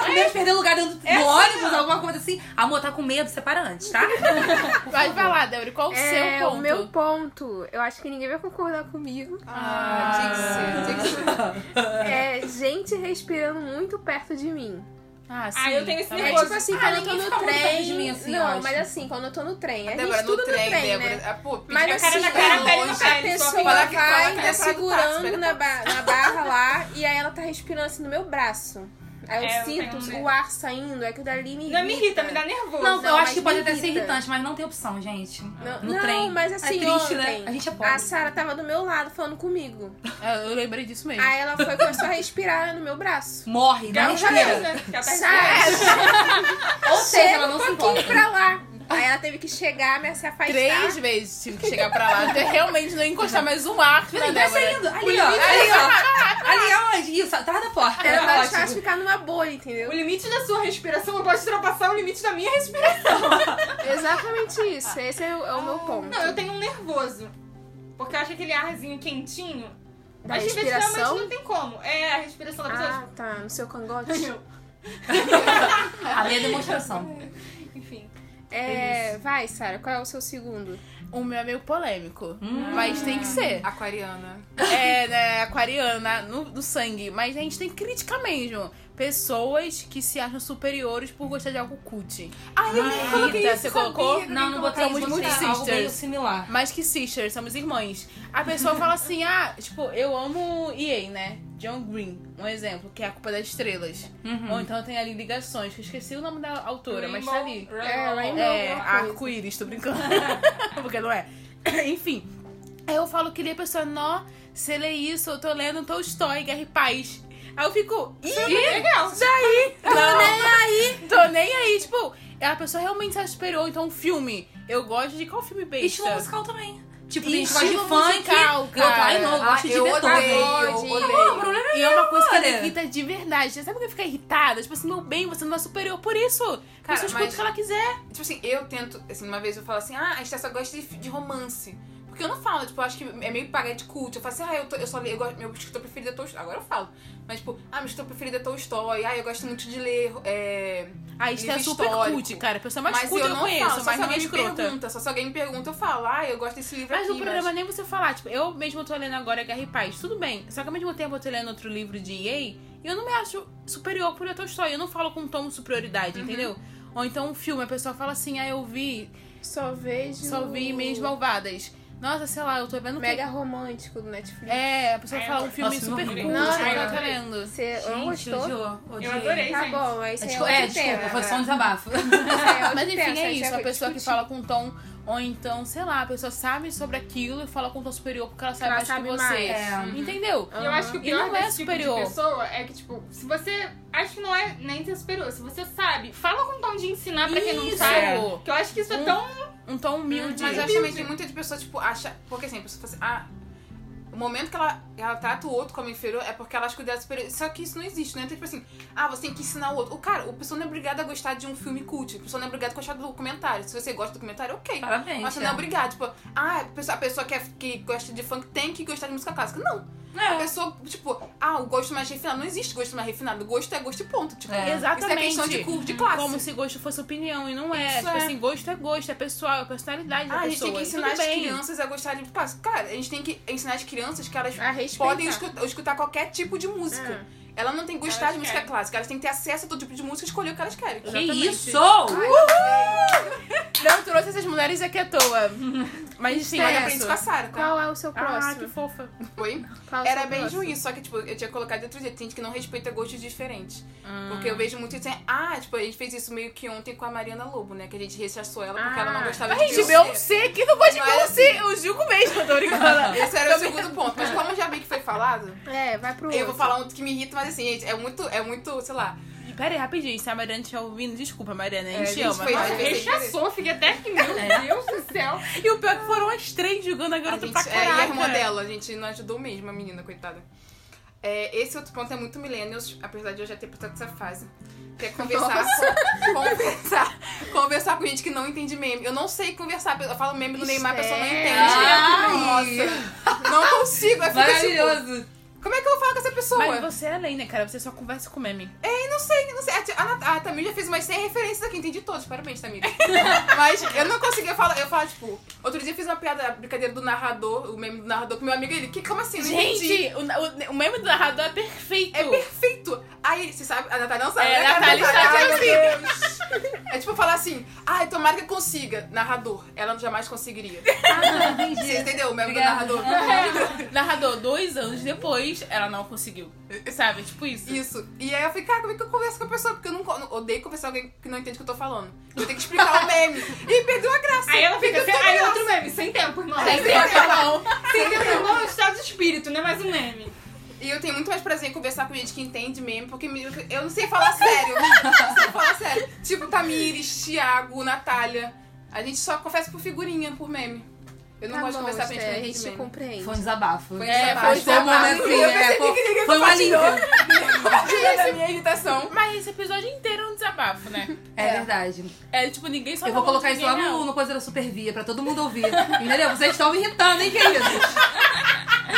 Speaker 4: tá medo de perder lugar dentro
Speaker 2: É
Speaker 4: do ônibus, alguma coisa assim. Amor, tá com medo, separa antes, tá?
Speaker 2: Ah,
Speaker 5: Vai, vai lá, Débora, qual o
Speaker 2: É,
Speaker 5: seu ponto?
Speaker 2: o meu ponto, eu acho que ninguém vai concordar comigo.
Speaker 3: Ah, tinha que ser, tinha que ser.
Speaker 2: É gente respirando muito perto de mim.
Speaker 5: Ah, sim.
Speaker 6: Ah, eu tenho esse
Speaker 5: tá
Speaker 2: É
Speaker 5: bom.
Speaker 6: negócio.
Speaker 2: tipo assim,
Speaker 4: Ah,
Speaker 2: quando eu
Speaker 4: ninguém
Speaker 2: tô no
Speaker 4: fica muito perto de
Speaker 2: trem.
Speaker 4: mim, assim, eu
Speaker 2: não,
Speaker 4: acho.
Speaker 2: mas assim, quando eu tô no trem,
Speaker 5: É,
Speaker 2: a
Speaker 3: Débora,
Speaker 2: gente tudo
Speaker 3: no trem,
Speaker 2: né?
Speaker 3: Débora. Ah, pô, pedir
Speaker 2: Mas
Speaker 3: pra
Speaker 2: assim,
Speaker 3: caralho,
Speaker 2: cara,
Speaker 3: longe.
Speaker 6: pele na
Speaker 2: A
Speaker 6: pele, só
Speaker 2: pessoa
Speaker 6: fala
Speaker 3: que- fala
Speaker 2: vai,
Speaker 3: que
Speaker 2: tá
Speaker 3: é só do táxi,
Speaker 2: segurando
Speaker 3: pega
Speaker 2: na, ba- na barra lá e aí ela tá respirando assim no meu braço. Aí eu
Speaker 6: É, eu
Speaker 2: sinto
Speaker 6: tenho medo.
Speaker 2: o ar saindo, é que dali me irrita.
Speaker 6: Não me irrita, me dá nervoso.
Speaker 4: Não,
Speaker 2: Não,
Speaker 4: eu
Speaker 2: mas
Speaker 4: acho que pode
Speaker 2: me
Speaker 4: até ser
Speaker 2: irrita.
Speaker 4: irritante, mas não tem opção, gente.
Speaker 2: Não,
Speaker 4: no
Speaker 2: não,
Speaker 4: trem.
Speaker 2: mas assim,
Speaker 4: é triste,
Speaker 2: ontem,
Speaker 4: né? A gente é pobre.
Speaker 2: A Sara tava do meu lado falando comigo.
Speaker 5: Ah, eu lembrei disso mesmo.
Speaker 2: Aí ela foi começou a respirar no meu braço.
Speaker 4: Morre, não
Speaker 6: Ela já
Speaker 4: respira.
Speaker 6: deu, né? Porque ela tá
Speaker 2: Sara,
Speaker 4: Ou seja, ela não se
Speaker 2: um pouquinho pra
Speaker 4: importa.
Speaker 2: lá. Aí ela teve que chegar, me se afastar.
Speaker 5: Três vezes tive que chegar pra lá até realmente não encostar mais um arco na
Speaker 4: Peraí, tá
Speaker 2: é
Speaker 5: Débora.
Speaker 4: saindo. Ali, ó. Ali, ó. Ali, aonde? Isso, atrás da porta. Tá
Speaker 2: Era mais fácil
Speaker 4: ótimo.
Speaker 2: ficar numa bolha, entendeu?
Speaker 6: O limite da sua respiração não pode ultrapassar o limite da minha respiração.
Speaker 2: Exatamente isso. Esse é o, é o meu ponto.
Speaker 6: Não, eu tenho um nervoso. Porque eu acho aquele arzinho quentinho.
Speaker 2: Da
Speaker 6: mas de vez realmente
Speaker 2: respiração?
Speaker 6: não tem como. É, a respiração da pessoa.
Speaker 2: Ah, tá. No seu cangote.
Speaker 6: tipo,
Speaker 4: A minha é demonstração.
Speaker 6: Enfim.
Speaker 2: É, vai, Sara, qual é o seu segundo?
Speaker 5: O meu é meio polêmico, mas tem que ser.
Speaker 3: Aquariana.
Speaker 5: É, né, aquariana, no, no sangue. Mas a gente tem que criticar mesmo. Pessoas que se acham superiores por gostar de algo cut.
Speaker 3: Ai, eu nem coloquei
Speaker 5: Rita,
Speaker 3: isso.
Speaker 5: você colocou?
Speaker 3: sabia,
Speaker 4: Não, não botei
Speaker 5: Somos
Speaker 4: isso,
Speaker 5: muito
Speaker 4: botei algo
Speaker 5: sisters.
Speaker 4: meio similar.
Speaker 5: Mas que sisters, somos irmãs. A pessoa fala assim, ah, tipo, eu amo EA, né? John Green, um exemplo, que é a culpa das estrelas. Ou então tem ali ligações, que eu esqueci o nome da autora, mas tá ali.
Speaker 6: Rainbow,
Speaker 2: É,
Speaker 6: Rainbow.
Speaker 2: Rainbow.
Speaker 5: É,
Speaker 2: alguma coisa.
Speaker 5: arco-íris, tô brincando. Porque não é. Enfim. Aí eu falo que li a pessoa, nó, você lê isso, eu tô lendo Tolstói, Guerra e Paz. Aí eu fico, ih, legal. Daí, tô nem aí. Tô nem aí. Tipo, a pessoa realmente se acha superior, então um filme. Eu gosto de qual filme
Speaker 4: E estilo
Speaker 5: besta?
Speaker 4: musical também. Tipo, tem gente
Speaker 5: E
Speaker 4: que gosta de
Speaker 5: estilo
Speaker 4: funk.
Speaker 5: musical,
Speaker 4: Eu, ai,
Speaker 5: cara.
Speaker 4: não, eu
Speaker 3: Ah,
Speaker 4: gosto de
Speaker 3: eu odeio,
Speaker 4: Beethoven.
Speaker 3: eu
Speaker 2: Beethoven.
Speaker 4: Pô, o
Speaker 3: odeio.
Speaker 4: problema é
Speaker 5: E é uma coisa que me
Speaker 4: olha.
Speaker 5: irrita de verdade. Sabe quando eu fico irritada? Tipo assim, meu bem, você não é superior por isso.
Speaker 3: Cara,
Speaker 5: você escuta
Speaker 3: mas-
Speaker 5: o que ela quiser.
Speaker 3: Tipo assim, eu tento, assim, uma vez eu falo assim, ah, a Esté só gosta de, de romance. Porque eu não falo, tipo, eu acho que é meio pagar de culto. Eu falo assim, ah, eu, tô- eu só leio, eu gosto, meu escritor preferido é Tolstói. Agora eu falo. Mas, tipo, ah, meu escritor preferido é Tolstói. Ah, eu gosto muito de ler. É...
Speaker 5: Aí isso é
Speaker 3: Livro
Speaker 5: super
Speaker 3: histórico.
Speaker 5: cult, cara. A pessoa mais
Speaker 3: mas
Speaker 5: culta
Speaker 3: eu
Speaker 5: que eu
Speaker 3: não
Speaker 5: conheço,
Speaker 3: falo, só
Speaker 5: mas
Speaker 3: se
Speaker 5: não é
Speaker 3: alguém me
Speaker 5: escrota.
Speaker 3: pergunta. Só se alguém me pergunta, eu falo, ah, eu gosto desse livro
Speaker 5: Mas o
Speaker 3: aqui.
Speaker 5: problema nem você falar, tipo, eu mesmo tô lendo agora Guerra e Paz, tudo bem. Só que ao mesmo tempo eu tô lendo outro livro de EA e eu não me acho superior por outra história. Eu não falo com um tom de superioridade, entendeu? Ou então um filme, a pessoa fala assim, ah, eu vi,
Speaker 2: Só vejo.
Speaker 5: só vi Meias Malvadas. Nossa, sei lá, eu tô vendo o quê?
Speaker 2: Mega romântico do Netflix.
Speaker 5: É, a pessoa fala um filme
Speaker 4: Nossa,
Speaker 5: super
Speaker 4: não vi.
Speaker 5: curto,
Speaker 2: Não,
Speaker 5: que ela
Speaker 2: não.
Speaker 5: tá lendo.
Speaker 2: Você não
Speaker 4: Gente,
Speaker 2: gostou?
Speaker 4: odiou, odiei.
Speaker 6: Eu adorei,
Speaker 2: Tá
Speaker 6: gente.
Speaker 2: bom, aí
Speaker 4: É,
Speaker 2: você é,
Speaker 4: tipo,
Speaker 2: outro
Speaker 4: é,
Speaker 2: tema.
Speaker 4: desculpa, foi só um desabafo.
Speaker 2: Esse é outro
Speaker 5: Mas enfim,
Speaker 2: tema, esse
Speaker 5: é
Speaker 2: aí
Speaker 5: isso.
Speaker 2: já
Speaker 5: A
Speaker 2: foi
Speaker 5: pessoa que
Speaker 2: discutido.
Speaker 5: fala com um tom. Ou então, sei lá, a pessoa sabe sobre aquilo e fala com um tom superior porque ela sabe
Speaker 2: Ela
Speaker 5: mais
Speaker 2: sabe
Speaker 5: que você.
Speaker 2: mais.
Speaker 4: É.
Speaker 5: Uhum. Entendeu?
Speaker 2: Aham.
Speaker 6: Eu acho que o
Speaker 5: E
Speaker 6: pior
Speaker 5: não é
Speaker 6: desse tipo
Speaker 5: superior.
Speaker 6: de pessoa é que, tipo, se você. Acho que não é nem ser superior. Se você sabe, fala com um tom de ensinar pra quem não
Speaker 5: Isso.
Speaker 6: sabe. Que eu acho que isso é
Speaker 5: Um-
Speaker 6: tão.
Speaker 5: Um tom humilde.
Speaker 3: Mas eu acho também que muita de pessoa, tipo, acha. Porque assim, a pessoa fala assim, ah. O momento que ela, ela trata o outro como inferior é porque ela acha que o dela é superior. Só que isso não existe, né? Então, tipo assim, ah, você tem que ensinar o outro. O cara, o pessoa não é obrigado a gostar de um filme cult. A pessoa não é obrigada a gostar do documentário. Se você gosta do documentário, ok.
Speaker 4: Parabéns.
Speaker 3: Mas você
Speaker 4: é.
Speaker 3: não é obrigado. Tipo, ah, a pessoa, a pessoa que, é- que gosta de funk tem que gostar de música clássica. Não.
Speaker 4: é,
Speaker 3: A pessoa, tipo, ah, o gosto mais refinado. Não existe gosto mais refinado. Gosto é gosto e ponto. Tipo,
Speaker 4: É.
Speaker 3: Isso é
Speaker 5: Exatamente.
Speaker 3: questão de, cu- de classe.
Speaker 5: Como se gosto fosse opinião, e não é.
Speaker 3: Isso
Speaker 5: tipo
Speaker 3: é.
Speaker 5: assim, gosto é gosto, é pessoal, é personalidade da
Speaker 3: Ah, a gente
Speaker 5: pessoa.
Speaker 3: tem que
Speaker 5: e
Speaker 3: ensinar as
Speaker 5: tudo bem.
Speaker 3: crianças a gostar de passo. Cara, a gente tem que ensinar as crianças que elas
Speaker 2: A respeitar.
Speaker 3: podem escutar, escutar qualquer tipo de música. Ela não tem que gostar
Speaker 6: Elas
Speaker 3: de música
Speaker 6: querem.
Speaker 3: clássica, elas têm que ter acesso a todo tipo de música e escolher o que elas querem.
Speaker 4: Que
Speaker 5: Exatamente.
Speaker 4: isso!
Speaker 5: Não, eu trouxe essas mulheres aqui à toa. Mas enfim,
Speaker 3: Olha, eu
Speaker 5: olha
Speaker 3: aprendi com a Sarah, tá?
Speaker 2: é Qual é o seu
Speaker 5: Ah, que
Speaker 2: próximo?
Speaker 5: fofa.
Speaker 3: Foi?
Speaker 2: Qual é o
Speaker 3: Era
Speaker 2: seu
Speaker 3: bem
Speaker 2: próximo?
Speaker 3: juiz, só que, tipo, eu tinha colocado de outro jeito. Tem gente que não respeita gostos diferentes. Porque eu vejo muito isso. é, Ah, tipo, a gente fez isso meio que ontem com a Mariana Lobo, né? Que a gente rechaçou ela porque
Speaker 2: Ah.
Speaker 3: ela não gostava
Speaker 5: Mas,
Speaker 3: de
Speaker 5: gente,
Speaker 3: Beyoncé.
Speaker 5: Beyoncé, que não gosta de
Speaker 3: Não é
Speaker 5: Beyoncé? Eu julgo mesmo, eu tô brincando.
Speaker 3: Esse era o segundo ponto. Mas como eu já vi que foi falado,
Speaker 2: É, vai pro outro.
Speaker 3: eu vou falar um que me irrita, mas assim, gente, é muito, é muito, sei lá,
Speaker 5: E Pera aí, rapidinho, se a Mariana estiver ouvindo, desculpa, Mariana, a
Speaker 3: É,
Speaker 5: gente,
Speaker 3: a gente
Speaker 5: ama.
Speaker 3: foi-
Speaker 5: Nossa,
Speaker 3: Mas-
Speaker 6: Rechaçou, fiquei até que, meu Deus do céu.
Speaker 5: E o pior é que foram as três julgando a
Speaker 3: A
Speaker 5: garota
Speaker 3: gente-
Speaker 5: pra
Speaker 3: é, e a irmã
Speaker 5: caraca.
Speaker 3: dela, a gente não ajudou mesmo a menina, coitada. É, esse outro ponto é muito millennials, apesar de eu já ter passado essa fase. Que é conversar, com, conversar, conversar com gente que não entende meme. Eu não sei conversar, eu falo meme do Neymar, a pessoa não entende.
Speaker 4: Ai.
Speaker 3: Nossa, não consigo. Eu fico tipo,
Speaker 4: Maravilhoso.
Speaker 3: como é que eu vou falar com essa pessoa.
Speaker 5: Mas você é além, né, cara? Você só conversa com meme.
Speaker 3: Eu não sei, não sei. A, tia- a, Nat- a Tamir já fez umas 100 referências aqui, entendi todos, parabéns, Tamir. Mas eu não conseguia falar, eu falo, tipo, outro dia eu fiz uma piada, a brincadeira do narrador, o meme do narrador com meu amigo, ele, que como assim? Não entendi.
Speaker 5: Gente, o, o, o meme do narrador é perfeito.
Speaker 3: É perfeito. Aí, você sabe, a Natália não sabe.
Speaker 5: É,
Speaker 3: né,
Speaker 5: a
Speaker 3: cara?
Speaker 5: Natália está
Speaker 3: Ai,
Speaker 5: aqui,
Speaker 3: meu Deus. É tipo falar assim, ai, tomara que eu consiga. Narrador, ela jamais conseguiria.
Speaker 4: Ah, entendi.
Speaker 3: Você entendeu o meme
Speaker 4: Obrigada.
Speaker 3: do narrador?
Speaker 4: Aham.
Speaker 5: Narrador, dois anos depois, ela não conseguiu. Sabe? Tipo isso.
Speaker 3: Isso. E aí eu falei, cara, como é que eu converso com a pessoa? Porque eu não, co- não- odeio conversar com alguém que não entende o que eu tô falando. Eu tenho que explicar o meme. E perdeu a graça.
Speaker 6: Aí ela fica sem.
Speaker 3: Perdeu toda a
Speaker 6: Aí
Speaker 3: graça.
Speaker 6: outro meme, sem tempo, irmão.
Speaker 3: Sem tempo, irmão.
Speaker 6: Sem tempo, irmão, é o estado de espírito, não é mais um meme.
Speaker 3: E eu tenho muito mais prazer em conversar com gente que entende meme, porque me- eu não sei falar sério. né? Eu não sei falar sério. Tipo Tamires, Thiago, Natália. A gente só confessa por figurinha, por meme. Eu não
Speaker 2: Tá
Speaker 3: gosto
Speaker 2: bom,
Speaker 3: de conversar com gente
Speaker 2: Esther,
Speaker 3: que não
Speaker 2: a
Speaker 3: entende
Speaker 2: gente
Speaker 3: meme.
Speaker 2: compreende.
Speaker 4: Foi um desabafo.
Speaker 3: Foi um
Speaker 4: É,
Speaker 3: desabafo.
Speaker 4: foi um momento
Speaker 3: Eu
Speaker 4: assim,
Speaker 3: pensei
Speaker 4: é,
Speaker 3: que
Speaker 4: foi,
Speaker 3: ninguém
Speaker 4: foi uma
Speaker 3: compartilhou.
Speaker 4: linda.
Speaker 3: Compartilha essa é minha irritação.
Speaker 5: Mas esse episódio inteiro é um desabafo, né?
Speaker 4: É verdade.
Speaker 5: É tipo, ninguém só
Speaker 4: Eu vou
Speaker 5: falando de
Speaker 4: colocar isso lá
Speaker 5: ninguém,
Speaker 4: no,
Speaker 5: não.
Speaker 4: no Coisa da Supervia, pra todo mundo ouvir. Entendeu? Vocês estão me irritando, hein, queridos?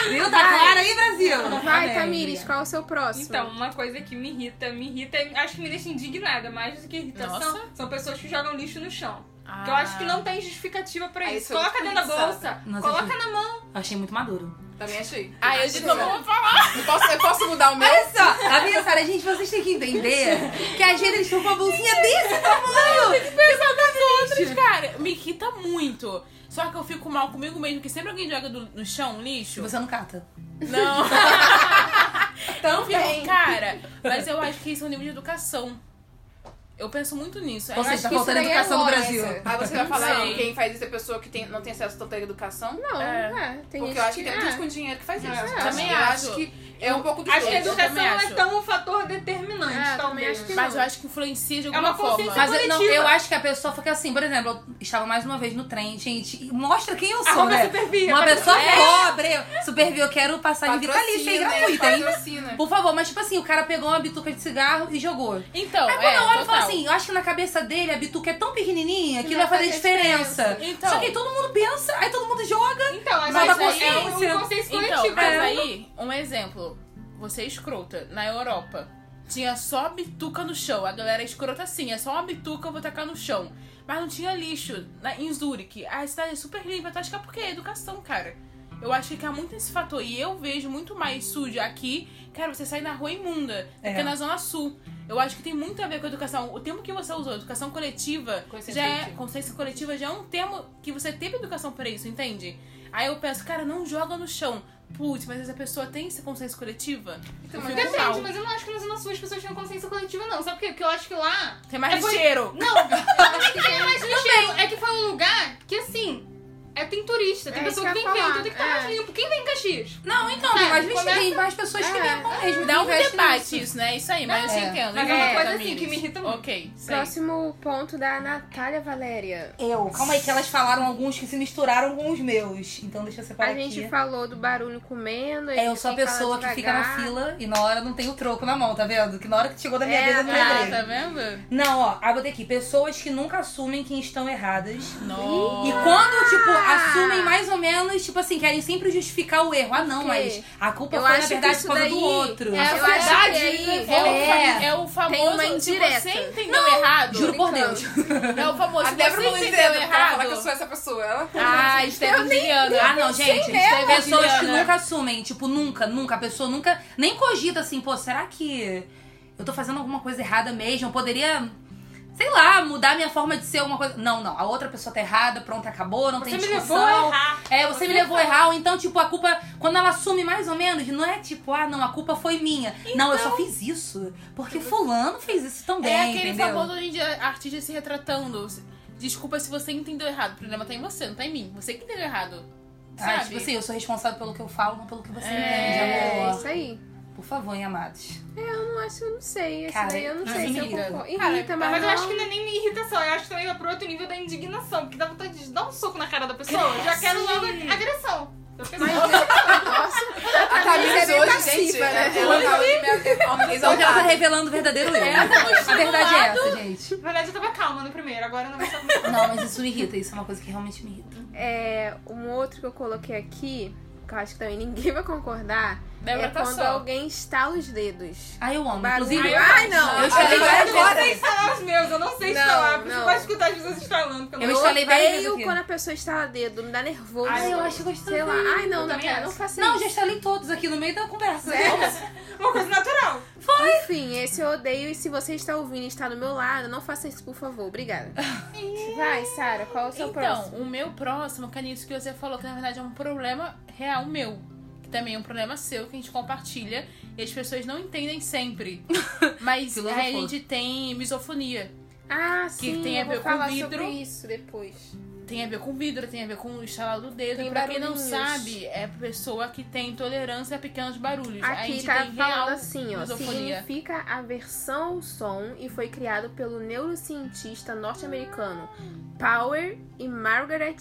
Speaker 4: Viu? Tá claro aí, Brasil?
Speaker 2: Vai,
Speaker 5: né?
Speaker 4: Amém.
Speaker 2: Tamires, qual é o seu próximo?
Speaker 6: Então, uma coisa que me irrita, me irrita, acho que me deixa indignada, mais do que irritação,
Speaker 5: Nossa.
Speaker 6: são pessoas que jogam lixo no chão.
Speaker 5: Ah.
Speaker 6: Que eu acho que não tem justificativa pra
Speaker 3: Aí
Speaker 6: isso.
Speaker 3: sou
Speaker 6: Coloca dentro da bolsa,
Speaker 3: desperdiçada.
Speaker 4: Nossa,
Speaker 6: coloca
Speaker 4: gente.
Speaker 6: na mão.
Speaker 4: Eu achei muito maduro.
Speaker 3: Também achei.
Speaker 5: Ah, eu de novo vou falar.
Speaker 3: Eu posso, eu posso mudar o meu?
Speaker 4: Olha só, a minha Sara, gente, vocês têm que entender que a gente eles estão com uma bolsinha desse tamanho.
Speaker 5: Pessoal das outras, cara. Me irrita muito. Só que eu fico mal comigo mesmo, que sempre alguém joga do- no chão um lixo.
Speaker 4: Você não cata.
Speaker 5: Não. Então, fico, cara. Mas eu acho que isso é um nível de educação. Eu penso muito nisso. Eu
Speaker 4: Ou seja,
Speaker 5: acho
Speaker 4: tá
Speaker 5: que isso
Speaker 4: faltando a
Speaker 5: daí é
Speaker 4: educação do
Speaker 5: lógico.
Speaker 4: Brasil.
Speaker 3: Aí você vai falar,
Speaker 5: Sei.
Speaker 3: "Ah, quem faz isso é pessoa que tem, não tem acesso tanto à educação?
Speaker 2: Não, é. tem
Speaker 3: Porque
Speaker 2: gente
Speaker 3: eu acho que tem
Speaker 2: é.
Speaker 3: muita gente com dinheiro que faz isso. Eu
Speaker 5: também
Speaker 3: eu
Speaker 5: acho.
Speaker 3: que é um pouco do
Speaker 6: Acho que a
Speaker 5: eu
Speaker 6: educação
Speaker 5: também
Speaker 6: não é
Speaker 5: acho.
Speaker 6: tão um fator determinante,
Speaker 2: É, eu também
Speaker 6: talvez.
Speaker 2: acho que
Speaker 5: Mas eu acho que influencia de
Speaker 6: uma
Speaker 5: alguma forma.
Speaker 6: consciência
Speaker 4: Mas eu- não,
Speaker 6: coletiva.
Speaker 4: eu acho que a pessoa fica assim, por exemplo, eu estava mais uma vez no trem, gente, e mostra quem eu sou,
Speaker 6: Arroba
Speaker 4: né?
Speaker 6: Supervia,
Speaker 4: uma
Speaker 6: mas-
Speaker 4: pessoa
Speaker 6: É.
Speaker 4: pobre, supervia, eu quero passagem vitalícia e
Speaker 3: Patrocina, né?
Speaker 4: gratuita, hein?
Speaker 3: patrocina.
Speaker 4: Por favor, mas tipo assim, o cara pegou uma bituca de cigarro e jogou.
Speaker 5: Então,
Speaker 4: Aí quando
Speaker 5: é,
Speaker 4: eu olho, eu falo
Speaker 5: total.
Speaker 4: assim, eu acho que na cabeça dele a bituca é tão pequenininha que,
Speaker 2: Que
Speaker 4: não vai
Speaker 2: vai
Speaker 4: fazer
Speaker 2: fazer
Speaker 4: diferença.
Speaker 2: diferença.
Speaker 5: Então.
Speaker 4: Só que aí todo mundo pensa, aí todo mundo joga.
Speaker 6: Então, acho
Speaker 4: Mas
Speaker 6: que
Speaker 4: aí é
Speaker 6: é um
Speaker 4: consciência.
Speaker 6: consciência coletiva.
Speaker 5: Então, mas
Speaker 6: né?
Speaker 5: aí, um exemplo. Você é escrota. Na Europa, tinha só bituca no chão. A galera é escrota assim, é só uma bituca, eu vou tacar no chão. Mas não tinha lixo na, em Zurique. A cidade é super limpa, então acho que é porque é educação, cara. Eu acho que há muito esse fator. E eu vejo muito mais sujo aqui. Cara, você sai na rua imunda, do
Speaker 4: É.
Speaker 5: que na Zona Sul. Eu acho que tem muito a ver com a educação. O termo que você usou, educação coletiva,
Speaker 3: Consciência
Speaker 5: já é,
Speaker 3: coletiva.
Speaker 5: consciência coletiva já é um termo que você teve educação para isso, entende? Aí eu penso, cara, não joga no chão. Putz, mas essa pessoa tem essa consciência coletiva? Eu fico
Speaker 6: Depende, né?
Speaker 5: mal.
Speaker 6: mas eu não acho que nas zonas sul as pessoas tinham consciência coletiva, não. Sabe por quê? Porque eu acho que lá.
Speaker 5: Tem mais
Speaker 6: É por-
Speaker 5: lixeiro.
Speaker 6: Não, não é que tem mais lixeiro. É que foi um lugar que assim. É, tem turista, tem
Speaker 2: É,
Speaker 6: pessoa
Speaker 2: isso
Speaker 6: que vem
Speaker 2: que eu ia
Speaker 6: ver,
Speaker 2: falar,
Speaker 6: então tem que estar
Speaker 2: é.
Speaker 6: mais limpo. Quem vem em Caxias?
Speaker 4: Não, então,
Speaker 6: Sabe,
Speaker 4: mas vem
Speaker 6: começa-
Speaker 4: tem mais pessoas que
Speaker 6: É.
Speaker 4: brincam mesmo.
Speaker 5: Dá um
Speaker 4: que investem
Speaker 5: debate
Speaker 4: nisso.
Speaker 5: isso, né? Isso aí, mas eu
Speaker 4: é.
Speaker 5: te entendo.
Speaker 6: Mas é uma
Speaker 5: Entendo,
Speaker 6: coisa assim
Speaker 5: Tamires.
Speaker 6: que me irrita muito.
Speaker 5: Ok, sei.
Speaker 2: Próximo ponto da Natália Valéria.
Speaker 4: Eu, calma aí que elas falaram alguns que se misturaram com os meus. Então deixa eu separar
Speaker 2: A gente
Speaker 4: aqui.
Speaker 2: falou do barulho comendo.
Speaker 4: É, eu sou a
Speaker 2: tem falar
Speaker 4: pessoa que fica na
Speaker 2: devagar.
Speaker 4: fila e na hora não tem o troco na mão, tá vendo? Que na hora que chegou da minha
Speaker 2: É,
Speaker 4: vez eu não
Speaker 2: tá,
Speaker 4: lembrei.
Speaker 5: tá vendo?
Speaker 4: Não, ó, aí botei aqui. Pessoas que nunca assumem que estão erradas.
Speaker 5: Nossa.
Speaker 4: E quando,
Speaker 2: Ah!
Speaker 4: tipo, assumem mais ou menos, tipo assim, querem sempre justificar o erro. Ah, não,
Speaker 2: Ok.
Speaker 4: mas a culpa
Speaker 2: Eu
Speaker 4: foi, na
Speaker 2: acho que
Speaker 4: verdade,
Speaker 2: isso
Speaker 4: por causa do
Speaker 2: daí
Speaker 4: outro.
Speaker 2: é a
Speaker 4: Eu
Speaker 2: verdade.
Speaker 4: acho-
Speaker 5: É,
Speaker 4: É.
Speaker 5: o, é o famoso.
Speaker 2: Tem uma
Speaker 5: Se
Speaker 2: indireta.
Speaker 5: você entendeu errado.
Speaker 4: Juro por Deus.
Speaker 5: É o famoso.
Speaker 3: A
Speaker 5: Se
Speaker 3: Débora
Speaker 5: você
Speaker 3: não
Speaker 5: entendeu
Speaker 3: entendeu pra
Speaker 5: errado.
Speaker 3: falar que eu sou essa pessoa. Ela...
Speaker 5: Ah, Estevam Juliana.
Speaker 4: Ah, não, gente. Tem pessoas que
Speaker 5: Juliana.
Speaker 4: nunca assumem. Tipo, nunca, nunca. A pessoa nunca nem cogita assim, pô, será que eu tô fazendo alguma coisa errada mesmo? Eu poderia. Sei lá, mudar minha forma de ser alguma coisa. Não, não. A outra pessoa tá errada, pronto, acabou, não
Speaker 6: Você
Speaker 4: tem
Speaker 6: me levou
Speaker 4: discussão.
Speaker 6: a errar.
Speaker 4: É, você me levou a errar, ou então, tipo, a culpa, quando ela assume mais ou menos, não é tipo, ah, não, a culpa foi minha. Não, eu
Speaker 2: Então-
Speaker 4: só fiz isso. Porque fulano fez isso também.
Speaker 5: É aquele
Speaker 4: entendeu?
Speaker 5: famoso hoje em dia, artista se retratando. Desculpa se você entendeu errado. O problema tá em você, não tá em mim. Você que entendeu errado.
Speaker 4: Ah,
Speaker 5: Sabe?
Speaker 4: tipo assim, eu sou responsável pelo que eu falo, não pelo que você
Speaker 5: É,
Speaker 4: entende,
Speaker 2: É,
Speaker 4: amor.
Speaker 2: isso aí.
Speaker 4: Por favor, hein, amados.
Speaker 2: Eu não acho, eu não sei. Esse
Speaker 4: Cara,
Speaker 2: daí eu não
Speaker 4: mas
Speaker 2: sei se eu
Speaker 5: irrita.
Speaker 2: concordo.
Speaker 5: Cara,
Speaker 2: Irrita, mas
Speaker 6: Mas eu
Speaker 2: não-
Speaker 6: acho que não é nem minha irritação, eu acho que também vai pro outro nível da indignação, porque dá vontade de dar um soco na cara da pessoa. Eu já quero logo agressão. da pessoa.
Speaker 3: A
Speaker 4: é
Speaker 3: é Tamires
Speaker 2: bem
Speaker 3: hoje,
Speaker 2: passiva,
Speaker 3: gente,
Speaker 2: né?
Speaker 3: é- ela tá me- me
Speaker 2: Então
Speaker 4: Hoje ela tá
Speaker 3: exaltada.
Speaker 4: revelando o verdadeiro eu. A verdade é essa, gente.
Speaker 6: Na verdade, eu tava calma no primeiro, agora eu não vou estar muito.
Speaker 4: Não, mas isso me irrita, isso é uma coisa que realmente me irrita.
Speaker 2: É, um outro que eu coloquei aqui que eu acho que também ninguém vai concordar,
Speaker 5: Débora
Speaker 2: é
Speaker 5: tá
Speaker 2: quando
Speaker 5: só.
Speaker 2: alguém estala os dedos.
Speaker 4: Ai, eu amo.
Speaker 2: Barulho.
Speaker 4: Inclusive,
Speaker 2: Ai, não.
Speaker 4: eu estalei várias
Speaker 6: Eu sei
Speaker 4: vezes.
Speaker 6: instalar os meus, eu não sei
Speaker 2: Não,
Speaker 6: instalar. Porque
Speaker 2: não.
Speaker 6: eu gosto de escutar as pessoas instalando. porque
Speaker 4: Eu
Speaker 6: não-
Speaker 4: instalei várias vezes
Speaker 2: odeio
Speaker 4: aqui.
Speaker 2: quando a pessoa estala dedo, me dá nervoso.
Speaker 4: Ai, eu acho gostoso.
Speaker 2: Sei lá. Ai, não,
Speaker 6: Eu
Speaker 2: não,
Speaker 6: também
Speaker 2: não,
Speaker 6: acho.
Speaker 2: não faça
Speaker 4: Não,
Speaker 2: isso. É,
Speaker 4: já instalei todos aqui no meio da conversa.
Speaker 6: Uma coisa natural.
Speaker 2: Enfim, esse eu odeio. E se você está ouvindo e está do meu lado, não faça isso, por favor. Obrigada. Vai, Sara, qual é o seu
Speaker 5: Então,
Speaker 2: próximo?
Speaker 5: o meu próximo, que é nisso que você falou, que na verdade é um problema real meu. Que também é um problema seu, que a gente compartilha. E as pessoas não entendem sempre. Mas
Speaker 4: Filosofou.
Speaker 5: aí a gente tem misofonia.
Speaker 2: Ah, sim,
Speaker 5: tem a
Speaker 2: eu vou
Speaker 5: ver com
Speaker 2: falar
Speaker 5: vidro.
Speaker 2: sobre isso depois.
Speaker 5: Tem a ver com vidro, tem a ver com o estalar do dedo.
Speaker 2: Tem
Speaker 5: e pra quem não
Speaker 2: barulhinhos.
Speaker 5: sabe, é pessoa que tem intolerância a pequenos barulhos. a
Speaker 2: Aqui
Speaker 5: gente
Speaker 2: tá
Speaker 5: tem real
Speaker 2: falando assim, ó.
Speaker 5: misofonia.
Speaker 2: Significa aversão ao som e foi criado pelo neurocientista norte-americano Power e Margaret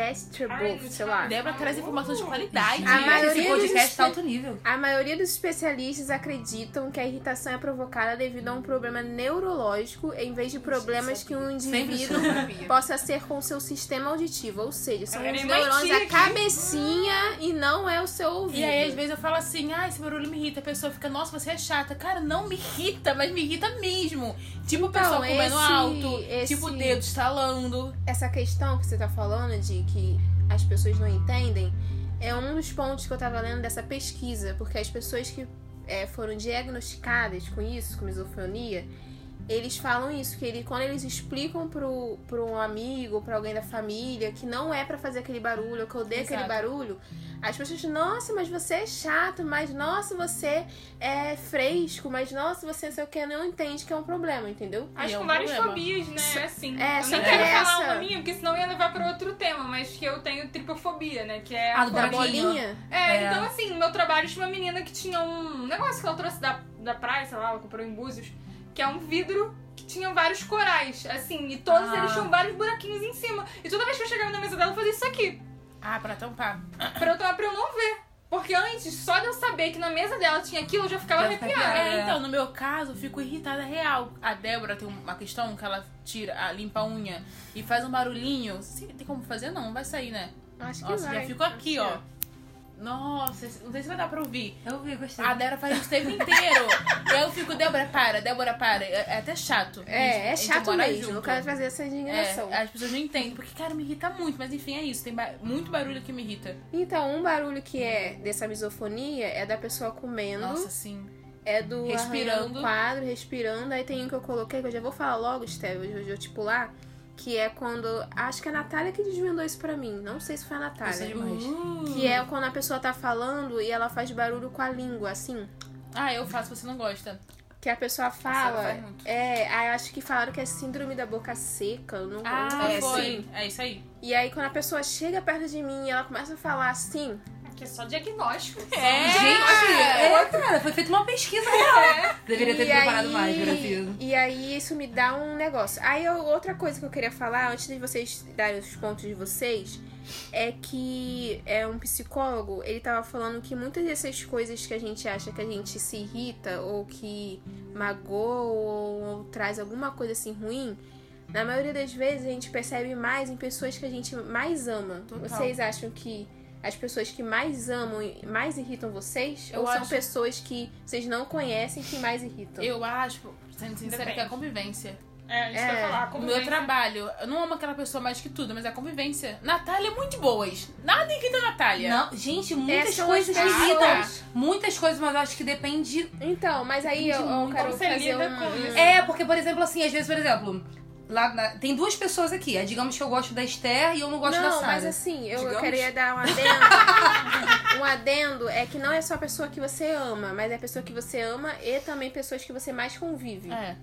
Speaker 2: Jastreboff, sei lá.
Speaker 5: Débora traz informações de qualidade. né?
Speaker 2: A maioria
Speaker 4: Esse
Speaker 2: dos-
Speaker 4: podcast tá alto nível.
Speaker 2: A maioria dos especialistas acreditam que a irritação é provocada devido a um problema neurológico em vez de problemas que um
Speaker 4: Sempre
Speaker 2: indivíduo
Speaker 3: sabia.
Speaker 2: possa ser com seu sistema auditivo. Ou seja, são
Speaker 6: Era
Speaker 2: os
Speaker 6: MIT
Speaker 2: neurônios da
Speaker 6: aqui.
Speaker 2: cabecinha e não é o seu ouvido.
Speaker 5: E aí, às vezes, eu falo assim, ah, esse barulho me irrita. A pessoa fica, nossa, você é chata. Cara, não me irrita, mas me irrita mesmo. Tipo, o pessoal
Speaker 2: Então, esse-
Speaker 5: comendo alto,
Speaker 2: esse-
Speaker 5: tipo, o dedo estalando.
Speaker 2: essa questão que você tá falando de que as pessoas não entendem é um dos pontos que eu tava lendo dessa pesquisa, porque as pessoas que eh, foram diagnosticadas com isso, com misofonia, eles falam isso, que ele, quando eles explicam pro, pro um amigo, pra alguém da família, que não é pra fazer aquele barulho, que eu odeio aquele
Speaker 5: Exato.
Speaker 2: barulho, as pessoas, nossa, mas você é chato, mas nossa, você é fresco, mas nossa, você não sei o que, não entende que é um problema, entendeu?
Speaker 5: E
Speaker 6: Acho que
Speaker 5: é um
Speaker 6: com várias
Speaker 5: problema.
Speaker 6: fobias, né? É assim.
Speaker 2: É,
Speaker 6: eu
Speaker 2: só
Speaker 6: nem
Speaker 2: que
Speaker 6: quero
Speaker 2: essa-
Speaker 6: falar uma minha, porque senão ia levar pra outro tema, mas que eu tenho tripofobia, né? Que é
Speaker 4: Ah, do
Speaker 6: fobia-
Speaker 5: Tá
Speaker 2: Da
Speaker 4: Bolinha.
Speaker 2: Tá bolinha.
Speaker 6: É,
Speaker 4: É.
Speaker 6: então assim, no meu trabalho tinha uma menina que tinha um negócio que ela trouxe da, da praia, sei lá, ela comprou em Búzios, que é um vidro que tinha vários corais, assim, e todos
Speaker 4: Ah.
Speaker 6: eles tinham vários buraquinhos em cima. E toda vez que eu chegava na mesa dela, eu fazia isso aqui,
Speaker 5: Ah, pra tampar.
Speaker 6: pra eu, tomar, pra eu não ver. Porque antes, só de eu saber que na mesa dela tinha aquilo, eu já ficava
Speaker 4: Já fica
Speaker 6: arrepiada.
Speaker 4: arrepiada.
Speaker 5: É, então, no meu caso, eu fico irritada real. A Débora tem uma questão que ela tira, ah, limpa a unha e faz um barulhinho. Sim, tem como fazer? Não, não vai sair, né?
Speaker 2: Acho que
Speaker 5: Nossa,
Speaker 2: vai.
Speaker 5: já fico aqui,
Speaker 2: Acho que
Speaker 5: ó. Nossa, não sei se vai dar pra ouvir.
Speaker 4: Eu vi, gostei.
Speaker 5: A Débora faz isso o tempo inteiro. e eu fico, Débora, para, Débora, para. É, é até chato.
Speaker 2: É, é
Speaker 5: A gente
Speaker 2: chato
Speaker 5: mora
Speaker 2: mesmo.
Speaker 5: junto.
Speaker 2: Eu quero trazer essa indignação.
Speaker 5: É, as pessoas não entendem, porque, cara, me irrita muito, mas enfim, é isso. Tem ba- muito barulho que me irrita.
Speaker 2: Então, um barulho que é dessa misofonia é da pessoa comendo,
Speaker 5: Nossa, sim.
Speaker 2: é do
Speaker 5: respirando.
Speaker 2: arranhando o quadro, respirando. Aí tem um que eu coloquei, que eu já vou falar logo, Steve, eu vou te pular, que é quando. Acho que a Natália que desvendou isso pra mim. Não sei se foi a Natália.
Speaker 5: Nossa, é demais.
Speaker 4: Uh,
Speaker 2: Que é quando a pessoa tá falando e ela faz barulho com a língua, assim.
Speaker 5: Ah, eu faço, você não gosta. Tá,
Speaker 2: Que a pessoa
Speaker 3: Ela
Speaker 2: fala.
Speaker 3: faz muito.
Speaker 2: É, aí eu acho que falaram que é síndrome da boca seca. eu Não, Assim, não
Speaker 5: Ah,
Speaker 2: sei.
Speaker 5: foi. É isso aí.
Speaker 2: E aí quando a pessoa chega perto de mim e ela começa a falar assim,
Speaker 6: Que é só diagnóstico.
Speaker 4: Gente, é, cara, foi feita uma pesquisa real. Deveria ter
Speaker 2: É. E
Speaker 4: preparado
Speaker 2: aí-
Speaker 4: mais, Brasil.
Speaker 2: E aí isso me dá um negócio. Aí eu- outra coisa que eu queria falar, antes de vocês darem os pontos de vocês, é que é um psicólogo, ele tava falando que muitas dessas coisas que a gente acha que a gente se irrita ou que magoa ou, ou traz alguma coisa assim ruim, na maioria das vezes a gente percebe mais em pessoas que a gente mais ama.
Speaker 5: Total.
Speaker 2: Vocês acham que as pessoas que mais amam e mais irritam vocês?
Speaker 5: Eu
Speaker 2: ou são
Speaker 5: acho-
Speaker 2: pessoas que vocês não conhecem que mais irritam?
Speaker 5: Eu acho, tipo, sendo sincera,
Speaker 6: Depende.
Speaker 5: que é a convivência.
Speaker 6: É, isso que eu
Speaker 2: É.
Speaker 6: ia falar.
Speaker 5: O
Speaker 6: Como
Speaker 5: meu
Speaker 6: vem-
Speaker 5: trabalho. Eu não amo aquela pessoa mais que tudo, mas é a convivência. Natália é muito de boas. Nada irrita a Natália.
Speaker 4: Não, gente, muitas
Speaker 2: Essas são
Speaker 4: coisas me
Speaker 2: as
Speaker 4: irritam.
Speaker 2: pessoas.
Speaker 4: Muitas coisas, mas eu acho que depende
Speaker 2: Então, mas aí eu, eu
Speaker 4: Como
Speaker 2: quero
Speaker 6: você
Speaker 2: fazer
Speaker 6: lida
Speaker 2: um...
Speaker 6: com isso?
Speaker 4: É, porque, por exemplo, assim, às vezes, por exemplo, lá na- tem duas pessoas aqui. É, digamos que eu gosto da Esther e eu não gosto da
Speaker 2: Não,
Speaker 4: Sara.
Speaker 2: mas assim, eu, eu
Speaker 3: Digamos.
Speaker 2: queria dar um adendo. um adendo é que não é só a pessoa que você ama, mas é a pessoa que você ama e também pessoas que você mais convive.
Speaker 5: É.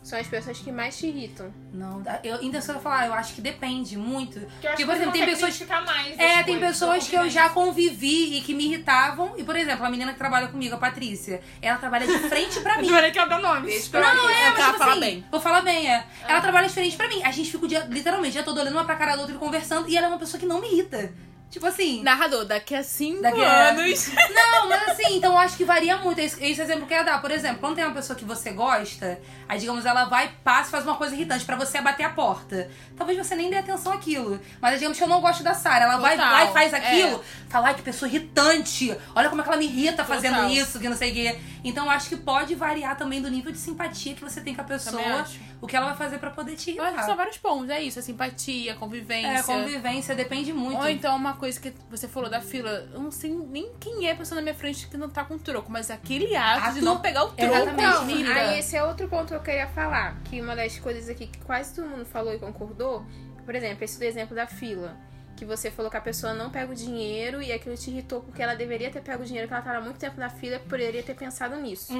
Speaker 2: São as pessoas que mais te irritam.
Speaker 4: Não, dá- eu ainda só ia falar, eu acho que depende muito.
Speaker 6: Que eu acho
Speaker 4: Porque,
Speaker 6: que
Speaker 4: por
Speaker 6: você
Speaker 4: exemplo, Tipo assim, tem
Speaker 6: consegue
Speaker 4: pessoas-
Speaker 6: identificar mais.
Speaker 4: É,
Speaker 6: as
Speaker 4: tem
Speaker 6: coisas,
Speaker 4: pessoas
Speaker 6: a
Speaker 4: que eu já
Speaker 6: convivência.
Speaker 4: convivi e que me irritavam. E, por exemplo, a menina que trabalha comigo, a Patrícia, ela trabalha de frente pra mim.
Speaker 6: Agora que ela dá nome.
Speaker 3: Beijo pra
Speaker 4: Não,
Speaker 3: mim.
Speaker 4: é, mas
Speaker 5: Ela
Speaker 4: tipo
Speaker 5: fala
Speaker 4: assim,
Speaker 5: bem. Ah.
Speaker 4: vou falar bem, é. Ela trabalha diferente pra mim. A gente fica o dia, literalmente, já todo olhando uma pra cara da outra e conversando. E ela é uma pessoa que não me irrita. Tipo assim.
Speaker 5: Narrador, daqui a cinco
Speaker 4: Daqui a-
Speaker 5: anos.
Speaker 4: Não, mas assim, então eu acho que varia muito. Esse, esse exemplo que eu ia dar. Por exemplo, quando tem uma pessoa que você gosta, aí digamos, ela vai, passa e faz uma coisa irritante pra você é bater a porta. Talvez você nem dê atenção àquilo. Mas digamos que eu não gosto da Sarah. Ela vai
Speaker 5: Total,
Speaker 4: lá e faz
Speaker 5: é.
Speaker 4: aquilo. Fala, ai, que pessoa irritante. Olha como é que ela me irrita fazendo
Speaker 5: Total.
Speaker 4: isso, que não sei o quê. Então eu acho que pode variar também do nível de simpatia que você tem com a
Speaker 5: Também
Speaker 4: pessoa,
Speaker 5: acho.
Speaker 4: o que ela vai fazer pra poder te
Speaker 5: Eu acho que
Speaker 4: irritar.
Speaker 5: são vários pontos, é isso, é simpatia, convivência.
Speaker 4: Tá. É, convivência depende muito.
Speaker 5: Ou então uma coisa que você falou da fila, eu não sei nem quem é a pessoa na minha frente que não tá com troco, mas aquele ato
Speaker 4: Ato-
Speaker 5: de não pegar o troco,
Speaker 4: Exatamente.
Speaker 5: amiga.
Speaker 2: aí esse é outro ponto que eu queria falar. Que uma das coisas aqui que quase todo mundo falou e concordou, por exemplo, esse do exemplo da fila. Que você falou que a pessoa não pega o dinheiro e aquilo te irritou porque ela deveria ter pego o dinheiro, que ela tava há muito tempo na fila e poderia ter pensado nisso.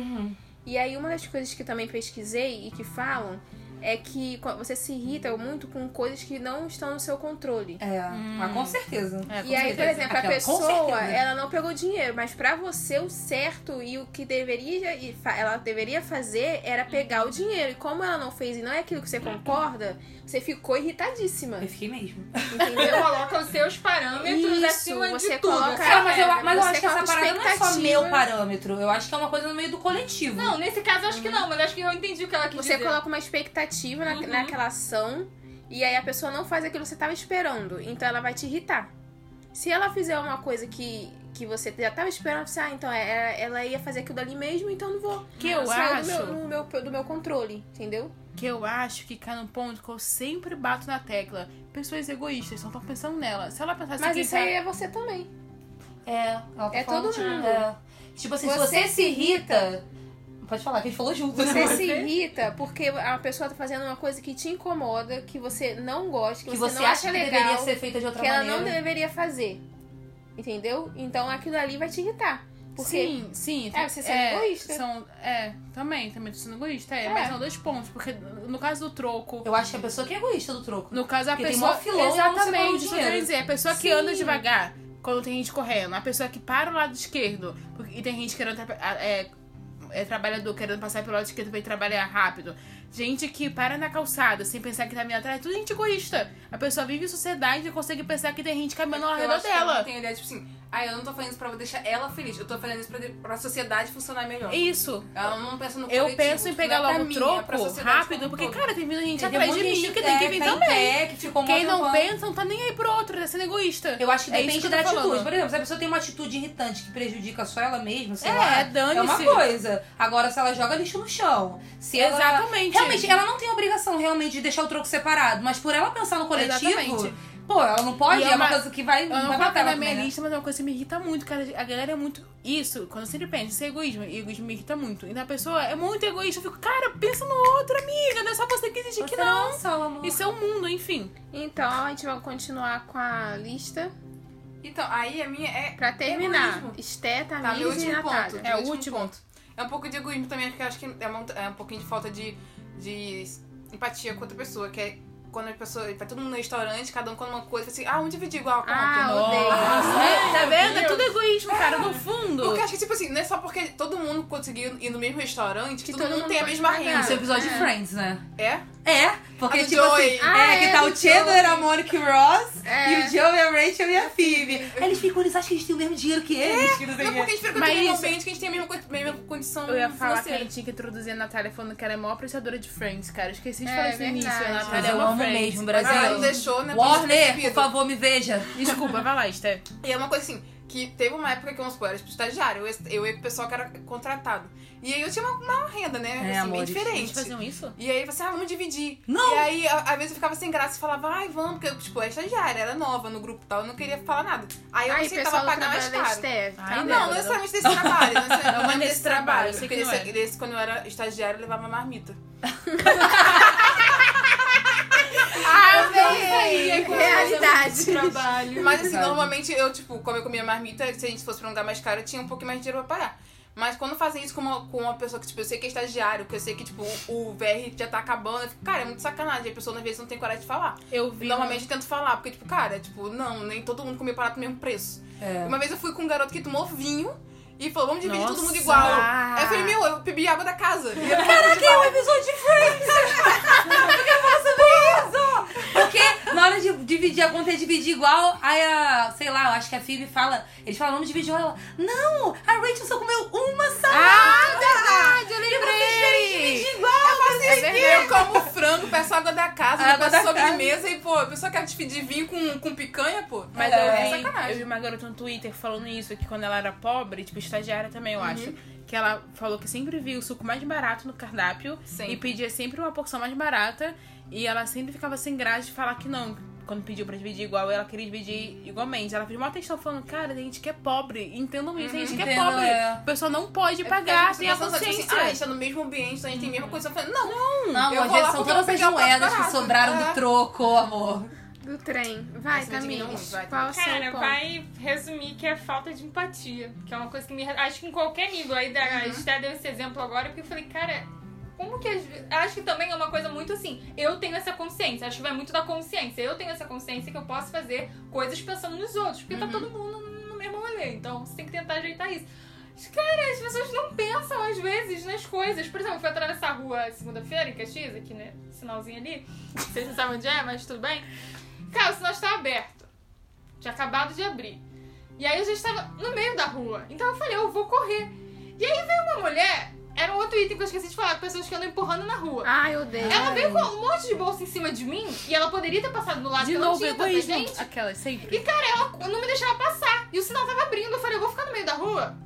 Speaker 2: E aí uma das coisas que eu também pesquisei e que falam é que co- você se irrita muito com coisas que não estão no seu controle.
Speaker 4: É, mas com certeza.
Speaker 5: É, com
Speaker 2: E aí, por
Speaker 5: certeza.
Speaker 2: exemplo, a
Speaker 4: Aquela, com
Speaker 2: pessoa,
Speaker 4: certeza. né?
Speaker 2: ela não pegou dinheiro, mas pra você o certo e o que deveria e fa- ela deveria fazer era pegar
Speaker 4: Uhum.
Speaker 2: o dinheiro. E como ela não fez e não é aquilo que você concorda, você ficou irritadíssima,
Speaker 4: Eu fiquei mesmo.
Speaker 6: Você
Speaker 2: entendeu?
Speaker 6: coloca os seus parâmetros
Speaker 2: Isso,
Speaker 6: acima de
Speaker 2: você
Speaker 6: tudo. cara.
Speaker 2: coloca-
Speaker 4: Cara, mas eu,
Speaker 2: É,
Speaker 4: mas eu
Speaker 2: você
Speaker 4: acho que essa
Speaker 2: coloca
Speaker 4: parada não é só
Speaker 2: expectativa.
Speaker 4: meu parâmetro. Eu acho que é uma coisa no meio do coletivo.
Speaker 6: Não, nesse caso eu acho que não, mas acho que eu entendi o que ela quis
Speaker 2: Você
Speaker 6: dizer.
Speaker 2: coloca uma expectativa
Speaker 4: Uhum.
Speaker 2: na, naquela ação e aí a pessoa não faz aquilo que você tava esperando, então ela vai te irritar. Se ela fizer uma coisa que, que você já tava esperando, você, ah, então é- ela ia fazer aquilo ali mesmo, então não vou.
Speaker 5: Que eu
Speaker 2: Saiu do
Speaker 5: acho.
Speaker 2: meu- no meu- do meu controle, entendeu?
Speaker 5: Que eu acho que cai num ponto que eu sempre bato na tecla. Pessoas egoístas, só estão pensando nela. Se ela pensasse
Speaker 2: Mas
Speaker 5: que tá
Speaker 2: isso
Speaker 4: tá
Speaker 2: aí é você também.
Speaker 4: É, ela tá
Speaker 2: É
Speaker 4: falando,
Speaker 2: todo
Speaker 4: tipo,
Speaker 2: mundo.
Speaker 4: é. Tipo assim, se
Speaker 2: Você
Speaker 4: você se irrita. Pode falar, que a gente falou junto.
Speaker 2: Você
Speaker 4: né?
Speaker 2: se irrita porque a pessoa tá fazendo uma coisa que te incomoda, que você não gosta, que,
Speaker 4: Que você
Speaker 2: não
Speaker 4: acha que
Speaker 2: legal,
Speaker 4: deveria ser feita de outra
Speaker 2: que ela
Speaker 4: maneira.
Speaker 2: não deveria fazer. Entendeu? Então aquilo ali vai te irritar. Porque
Speaker 5: Sim, sim.
Speaker 2: É, você sendo egoísta.
Speaker 5: São, é, também, também tô sendo egoísta. É,
Speaker 2: É.
Speaker 5: mas são dois pontos. Porque no caso do troco,
Speaker 4: Eu acho que a pessoa que é egoísta do troco.
Speaker 5: no caso a
Speaker 4: Porque tem
Speaker 5: pessoa...
Speaker 4: mó filão e não se valoriza
Speaker 5: Exatamente, isso que eu quero
Speaker 4: dinheiro.
Speaker 5: dizer. A pessoa que
Speaker 4: Sim.
Speaker 5: anda devagar, quando tem gente correndo. A pessoa que para o lado esquerdo. porque- E tem gente querendo... atrapa- a- É, é trabalhador querendo passar pelo lado esquerdo pra ir trabalhar rápido. Gente que para na calçada sem pensar que tá vindo atrás. Tudo gente egoísta. A pessoa vive em sociedade e consegue pensar que tem gente caminhando ao
Speaker 3: Eu
Speaker 5: redor
Speaker 3: acho que ela
Speaker 5: dela.
Speaker 3: tem ideia, tipo assim, ah, eu não tô fazendo isso pra deixar ela feliz, eu tô fazendo isso pra, de- pra sociedade funcionar melhor.
Speaker 5: Isso.
Speaker 3: Ela não pensa no um coletivo.
Speaker 5: Eu penso em
Speaker 3: tipo,
Speaker 5: pegar
Speaker 3: não é
Speaker 5: logo
Speaker 3: pra
Speaker 5: o
Speaker 3: mim, é pra
Speaker 5: troco
Speaker 3: sociedade
Speaker 5: rápido,
Speaker 3: como um
Speaker 5: porque,
Speaker 3: todo.
Speaker 5: cara, tem vindo gente
Speaker 4: Tem
Speaker 5: atrás
Speaker 4: muita
Speaker 5: de mim
Speaker 4: gente
Speaker 5: que tem que vir
Speaker 4: tá em
Speaker 5: também.
Speaker 4: pé, que ficou mó
Speaker 5: Quem não
Speaker 4: tempão.
Speaker 5: pensa não tá nem aí pro outro, tá sendo egoísta.
Speaker 4: Eu acho que
Speaker 5: É isso
Speaker 4: depende
Speaker 5: que eu tô
Speaker 4: da atitude.
Speaker 5: falando.
Speaker 4: Por exemplo, se a pessoa tem uma atitude irritante que prejudica só ela mesma, sei
Speaker 5: É,
Speaker 4: lá, é uma
Speaker 5: dane-se.
Speaker 4: coisa. Agora, se ela joga lixo no chão, se ela- tá
Speaker 5: Exatamente.
Speaker 4: Realmente, ela não tem obrigação realmente de deixar o troco separado, mas por ela pensar no coletivo,
Speaker 5: Exatamente.
Speaker 4: pô, ela não pode,
Speaker 5: E é
Speaker 4: é uma,
Speaker 5: uma-
Speaker 4: coisa que vai,
Speaker 5: Eu não
Speaker 4: vai matar
Speaker 5: coloquei
Speaker 4: ela
Speaker 5: na minha
Speaker 4: também, né?
Speaker 5: lista, mas é uma coisa que me irrita muito, cara. A galera é muito. Isso, quando eu sempre penso, isso é egoísmo. E egoísmo me irrita muito. Então a pessoa é muito egoísta. Eu fico, cara, pensa no outro, amiga. Não é só você que existe
Speaker 4: Você
Speaker 5: que não.
Speaker 4: é só, amor.
Speaker 5: Isso é o mundo, enfim.
Speaker 2: Então a gente vai continuar com a lista
Speaker 3: Então, aí a minha é.
Speaker 2: pra terminar.
Speaker 3: Egoísmo.
Speaker 2: Esté,
Speaker 3: Tá, meu
Speaker 2: Tamires e
Speaker 3: último ponto.
Speaker 2: Natália.
Speaker 5: É, o
Speaker 3: meu
Speaker 5: último.
Speaker 3: ponto. É um pouco de egoísmo também, porque eu acho que é um, é um pouquinho de falta de, de empatia com outra pessoa, que é quando a pessoa. Vai todo mundo no restaurante, cada um come uma coisa, fala assim, ah, um dividir igual a conta.
Speaker 2: Ah,
Speaker 3: Não.
Speaker 2: odeio.
Speaker 5: É, tá vendo? É tudo egoísmo, cara,
Speaker 4: É.
Speaker 5: no fundo.
Speaker 3: Porque acho que, tipo assim, não é só porque todo mundo conseguiu ir no mesmo restaurante que, todo,
Speaker 2: todo
Speaker 3: mundo
Speaker 2: mundo
Speaker 3: tem a
Speaker 2: pode
Speaker 3: mesma
Speaker 2: pagar.
Speaker 3: renda.
Speaker 4: Esse é o episódio de Friends, né?
Speaker 3: É?
Speaker 4: É,
Speaker 3: A
Speaker 4: porque
Speaker 3: do
Speaker 4: tipo
Speaker 3: Joey.
Speaker 4: assim,
Speaker 2: Ah,
Speaker 4: é,
Speaker 2: é,
Speaker 4: que tá
Speaker 2: do
Speaker 4: o Chandler, a Monica e o Ross,
Speaker 2: É.
Speaker 4: e o Joey, a Rachel e a Phoebe. Aí eles ficam, eles acham que eles têm o mesmo dinheiro que eles. que não sei o
Speaker 3: Não
Speaker 4: quê.
Speaker 3: porque a gente frequenta o
Speaker 5: Mas
Speaker 3: mesmo
Speaker 5: isso-
Speaker 3: ambiente, que a gente tem a mesma, co- mesma condição
Speaker 5: Eu ia falar que a
Speaker 3: financeira.
Speaker 5: gente tinha que introduzir a Natália falando que ela é a maior apreciadora de Friends, cara. Eu esqueci de
Speaker 2: É,
Speaker 5: falar isso no
Speaker 2: verdade.
Speaker 5: início. A
Speaker 4: Mas
Speaker 5: Natália é
Speaker 4: eu
Speaker 5: uma
Speaker 4: amo
Speaker 5: Friends. Ah, é
Speaker 4: mesmo,
Speaker 3: Mas ela não
Speaker 4: Brasil.
Speaker 3: deixou, né? pra gente ter
Speaker 4: Warner, por
Speaker 3: percebido.
Speaker 4: favor, me veja.
Speaker 5: Desculpa, vai lá, Esté.
Speaker 3: E é uma coisa assim, que teve uma época que, vamos supor, eu era tipo estagiário, eu, eu e o pessoal que era contratado. E aí eu tinha uma, uma renda,
Speaker 5: É,
Speaker 3: né? assim, bem
Speaker 4: amores,
Speaker 3: diferente.
Speaker 5: Eles faziam um isso?
Speaker 3: E aí você, ah, vamos dividir.
Speaker 4: Não!
Speaker 3: E aí, a- às vezes eu ficava sem graça e falava, ai, vamos, porque, eu, tipo, eu era estagiária, era nova no grupo e tal, eu não queria falar nada. Aí eu
Speaker 2: É. Aí,
Speaker 3: aceitava
Speaker 2: pessoal do
Speaker 3: pagar mais
Speaker 5: é
Speaker 2: trabalho da
Speaker 3: caro. Ah,
Speaker 2: Esté.
Speaker 5: Ai,
Speaker 3: não,
Speaker 5: Débora.
Speaker 3: não necessariamente desse trabalho. Não
Speaker 5: Não, mas
Speaker 3: necessariamente
Speaker 5: nesse
Speaker 3: desse
Speaker 5: trabalho,
Speaker 3: trabalho.
Speaker 5: eu sei
Speaker 3: Porque
Speaker 5: que não
Speaker 3: desse,
Speaker 5: é.
Speaker 3: desse, quando eu era estagiária, eu levava marmita. é
Speaker 2: Realidade.
Speaker 6: Trabalho.
Speaker 3: Mas assim,
Speaker 4: Verdade.
Speaker 3: normalmente eu, tipo, como eu comia marmita, se a gente fosse pra um lugar mais caro, eu tinha um pouquinho mais de dinheiro pra pagar. Mas quando fazem isso com uma, com uma pessoa que, tipo, eu sei que é estagiário, que eu sei que, tipo, o, o VR já tá acabando, eu fico, cara, é muito sacanagem. A pessoa, às vezes, não tem coragem de falar.
Speaker 5: Eu vi.
Speaker 3: Normalmente eu tento falar, porque, tipo, cara, tipo, não, nem todo mundo comia parado no mesmo preço.
Speaker 4: É.
Speaker 3: Uma vez eu fui com um garoto que tomou vinho e falou, vamos dividir todo mundo
Speaker 5: Nossa!
Speaker 3: igual. Aí eu falei, meu, eu bebi água da casa. E eu-
Speaker 4: Caraca, é um episódio de Friends! Por que eu falo sobre isso? Porque na hora de dividir a conta é dividir igual. Aí a, sei lá, eu acho que a Phoebe fala. Eles falam, vamos dividir igual. Ela, não, a Rachel só comeu uma salada.
Speaker 3: verdade, eu
Speaker 4: e vocês querem
Speaker 3: lembrei.
Speaker 4: dividir igual.
Speaker 3: É verdade. Eu como frango, peço água da casa,
Speaker 4: Água
Speaker 3: depois
Speaker 4: da
Speaker 3: sobremesa e, pô, a pessoa quer dividir vinho com, com picanha, pô.
Speaker 5: Mas
Speaker 3: é,
Speaker 5: eu, vi, eu vi
Speaker 3: sacanagem.
Speaker 5: uma garota no Twitter falando isso, que quando ela era pobre, tipo, estagiária também, eu acho. Que ela falou que sempre via o suco mais barato no cardápio
Speaker 3: Sim.
Speaker 5: e pedia sempre uma porção mais barata. E ela sempre ficava sem graça de falar que não. Quando pediu pra dividir igual, ela queria dividir igualmente. Ela fez uma atenção falando, cara, tem gente que é pobre. Entendam isso, tem gente que é
Speaker 4: Entendam,
Speaker 5: pobre.
Speaker 4: é.
Speaker 5: O pessoal não pode
Speaker 3: É porque
Speaker 5: pagar,
Speaker 3: gente
Speaker 5: tem a
Speaker 3: pensa, tipo
Speaker 5: consciência.
Speaker 3: Assim, ah, a gente tá no mesmo ambiente, então a gente tem a mesma condição. Eu falei, Não,
Speaker 4: Não,
Speaker 3: Eu
Speaker 4: às
Speaker 3: vou
Speaker 4: vezes
Speaker 3: lá
Speaker 4: são
Speaker 3: porque eu
Speaker 4: todas
Speaker 3: vou
Speaker 4: as né?
Speaker 3: pegar o prato
Speaker 4: moedas que
Speaker 3: barato.
Speaker 4: sobraram do
Speaker 3: É.
Speaker 4: troco, amor.
Speaker 2: Do trem. Vai,
Speaker 3: Você me diminui,
Speaker 2: Tamires.
Speaker 3: vai.
Speaker 2: Qual o seu
Speaker 6: Cara,
Speaker 2: ponto?
Speaker 6: vai resumir que é falta de empatia, que é uma coisa que me. Acho que em qualquer nível. Aí da- a gente até deu esse exemplo agora, porque eu falei, cara, como que. às ve- Acho que também é uma coisa muito assim. Eu tenho essa consciência, acho que vai muito da consciência. Eu tenho essa consciência que eu posso fazer coisas pensando nos outros, porque tá todo mundo no mesmo rolê. Então você tem que tentar ajeitar isso. Mas, Cara, as pessoas não pensam às vezes nas coisas. Por exemplo, eu fui atravessar a rua segunda-feira em Caxias, aqui, né? Sinalzinho ali. Vocês não sabem onde é, mas tudo bem. Cara, o sinal estava aberto. Tinha acabado de abrir. E aí eu já estava no meio da rua. Então eu falei, eu vou correr. E aí veio uma mulher, era um outro item que eu esqueci de falar, pessoas que andam empurrando na rua.
Speaker 5: Ah.
Speaker 2: Ai, eu odeio.
Speaker 6: Ela veio com um monte de bolsa em cima de mim e ela poderia ter passado do lado
Speaker 5: De
Speaker 6: que eu não
Speaker 5: novo,
Speaker 6: tinha tanta
Speaker 5: egoísmo.
Speaker 6: gente.
Speaker 5: Aquelas, sempre.
Speaker 6: E cara, ela não me deixava passar. E o sinal tava abrindo. Eu falei, eu vou ficar no meio da rua.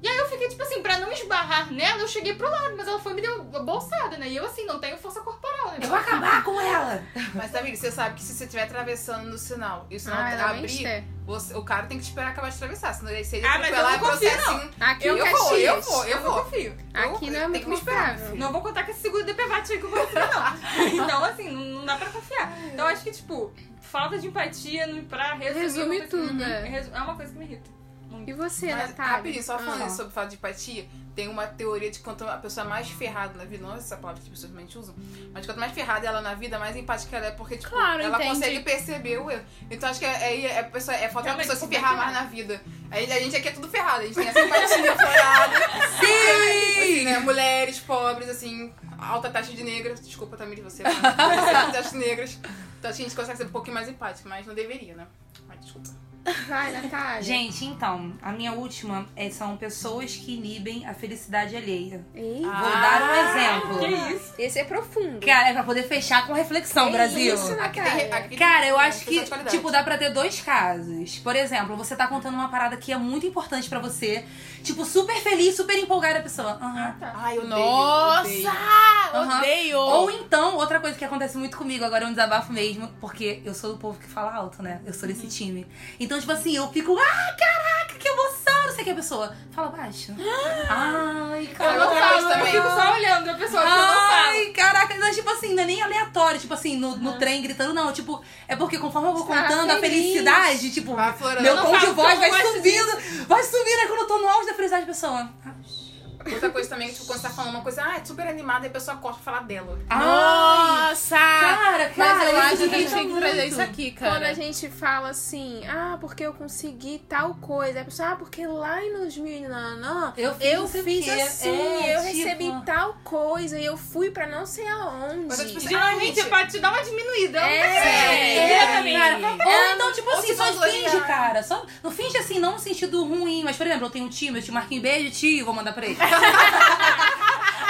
Speaker 6: E aí eu fiquei, tipo assim, pra não esbarrar nela, eu cheguei pro lado, mas ela foi e me deu uma bolsada, né? E eu assim, não tenho força corporal, né?
Speaker 4: Eu vou acabar com ela.
Speaker 3: Mas, Tamires, você sabe que se você estiver atravessando no sinal e o sinal
Speaker 2: Ah, ela
Speaker 3: abrir,
Speaker 2: mente.
Speaker 3: você- o cara tem que te esperar acabar de atravessar. Senão ele- se ele
Speaker 6: Ah, mas eu
Speaker 3: atropelar,
Speaker 6: não confio,
Speaker 3: é processinho.
Speaker 2: Aqui
Speaker 3: Eu,
Speaker 2: em
Speaker 3: eu vou, eu
Speaker 2: Caxias.
Speaker 3: vou, eu vou.
Speaker 6: confio.
Speaker 2: Aqui não é
Speaker 3: Tem
Speaker 2: muito
Speaker 3: que me esperar,
Speaker 2: confiável.
Speaker 6: Não vou contar com esse seguro DPVAT aí que eu vou receber, não. Então, assim, não, não dá pra confiar. Então, acho que, tipo, falta de empatia no- pra resumir...
Speaker 2: Resume
Speaker 6: uma coisa que-
Speaker 2: tudo, é.
Speaker 6: resu- É uma coisa que me irrita.
Speaker 2: E você,
Speaker 3: Mas,
Speaker 2: Natália?
Speaker 3: rapidinho, só falando
Speaker 4: Ah.
Speaker 3: isso sobre falta de empatia, tem uma teoria de quanto a pessoa mais ferrada na vida, não é essa palavra que as pessoas realmente usam, mas quanto mais ferrada ela na vida, mais empática ela é, porque, tipo,
Speaker 5: Claro,
Speaker 3: ela
Speaker 5: entende.
Speaker 3: consegue perceber o erro. Então acho que é, é, é, a pessoa- é falta da
Speaker 6: Realmente,
Speaker 3: pessoa se
Speaker 6: como é que
Speaker 3: ferrar
Speaker 6: é?
Speaker 3: mais na vida. A, gente- a gente aqui é tudo ferrado, a gente tem essa empatia ferrada. Sim! Assim, né, mulheres, pobres, assim, alta taxa de negras. Desculpa, Tamir, você. é mas- Alta taxa de negras. Então acho que a gente consegue ser um pouquinho mais empático, mas não deveria, né? Mas desculpa.
Speaker 2: Vai, Natália.
Speaker 4: Gente, então, a minha última é- são pessoas que inibem a felicidade alheia.
Speaker 2: Ei,
Speaker 4: Vou dar um exemplo.
Speaker 6: isso?
Speaker 2: Esse é profundo.
Speaker 4: Cara, é pra poder fechar com reflexão,
Speaker 2: Que
Speaker 4: Brasil.
Speaker 2: É isso, né?
Speaker 3: Aqui tem-
Speaker 2: Natália?
Speaker 3: aqui
Speaker 4: Ah, Cara, eu
Speaker 3: tem
Speaker 4: acho que,
Speaker 3: É, pessoa de qualidade.
Speaker 4: tipo, dá pra ter dois casos. Por exemplo, você tá contando uma parada que é muito importante pra você. Tipo, super feliz, super empolgada a pessoa. Aham.
Speaker 3: Ai, eu odeio,
Speaker 5: Nossa!
Speaker 3: odeio.
Speaker 4: Aham.
Speaker 5: Ah, Odeio!
Speaker 4: Ou então, outra coisa que acontece muito comigo, agora é um desabafo mesmo, porque eu sou do povo que fala alto, né? Eu sou desse time. Então, tipo assim, eu fico, ah, caraca, que emoção! Não sei o que a pessoa fala baixo. Ai,
Speaker 6: Eu não
Speaker 3: Outra coisa
Speaker 6: falo, eu
Speaker 3: também.
Speaker 6: fico só olhando a pessoa, eu
Speaker 2: Ah,
Speaker 6: não falo.
Speaker 4: Ai, caraca, mas tipo assim, não é nem aleatório, tipo assim, no, no trem gritando, não. Tipo, é porque conforme eu vou
Speaker 2: Tá
Speaker 4: contando a
Speaker 2: feliz.
Speaker 4: felicidade, tipo,
Speaker 3: Vai aflorando.
Speaker 4: meu
Speaker 3: Ah, Eu não
Speaker 4: tom de
Speaker 6: falo,
Speaker 4: voz
Speaker 6: porque eu
Speaker 4: vai
Speaker 6: não gosto
Speaker 4: subindo, vai subindo, aí quando eu tô no auge da felicidade, a pessoa.
Speaker 3: Outra coisa também, tipo, quando você tá falando uma coisa, ah, é super animada, e a pessoa corta pra falar dela.
Speaker 4: Ah, Ai,
Speaker 5: Nossa!
Speaker 4: cara, cara,
Speaker 5: Ah, Mas eu
Speaker 4: isso
Speaker 5: acho que a gente
Speaker 4: irrita
Speaker 5: tem que trazer
Speaker 4: muito.
Speaker 5: isso aqui,
Speaker 2: Quando a
Speaker 5: cara.
Speaker 2: gente fala assim, ah, porque eu consegui tal coisa. Aí A pessoa, ah, porque lá em 2000, não, não,
Speaker 4: Eu fiz
Speaker 2: eu
Speaker 4: não sei o
Speaker 2: fiz
Speaker 4: quê.
Speaker 2: assim,
Speaker 4: É,
Speaker 2: eu
Speaker 4: tipo-
Speaker 2: recebi tal coisa e eu fui pra não sei aonde.
Speaker 3: Mas é tipo assim,
Speaker 6: Geralmente, é pra te dar uma diminuída.
Speaker 2: É,
Speaker 6: É, diretamente.
Speaker 4: Cara, ou então, tipo
Speaker 3: ou
Speaker 4: assim,
Speaker 3: se
Speaker 4: só
Speaker 3: vangloriar.
Speaker 4: finge, cara. Só, não finge assim, não no sentido ruim. Mas, por exemplo, eu tenho um tio, meu tio Marquinhos, beijo, tio, vou mandar pra ele.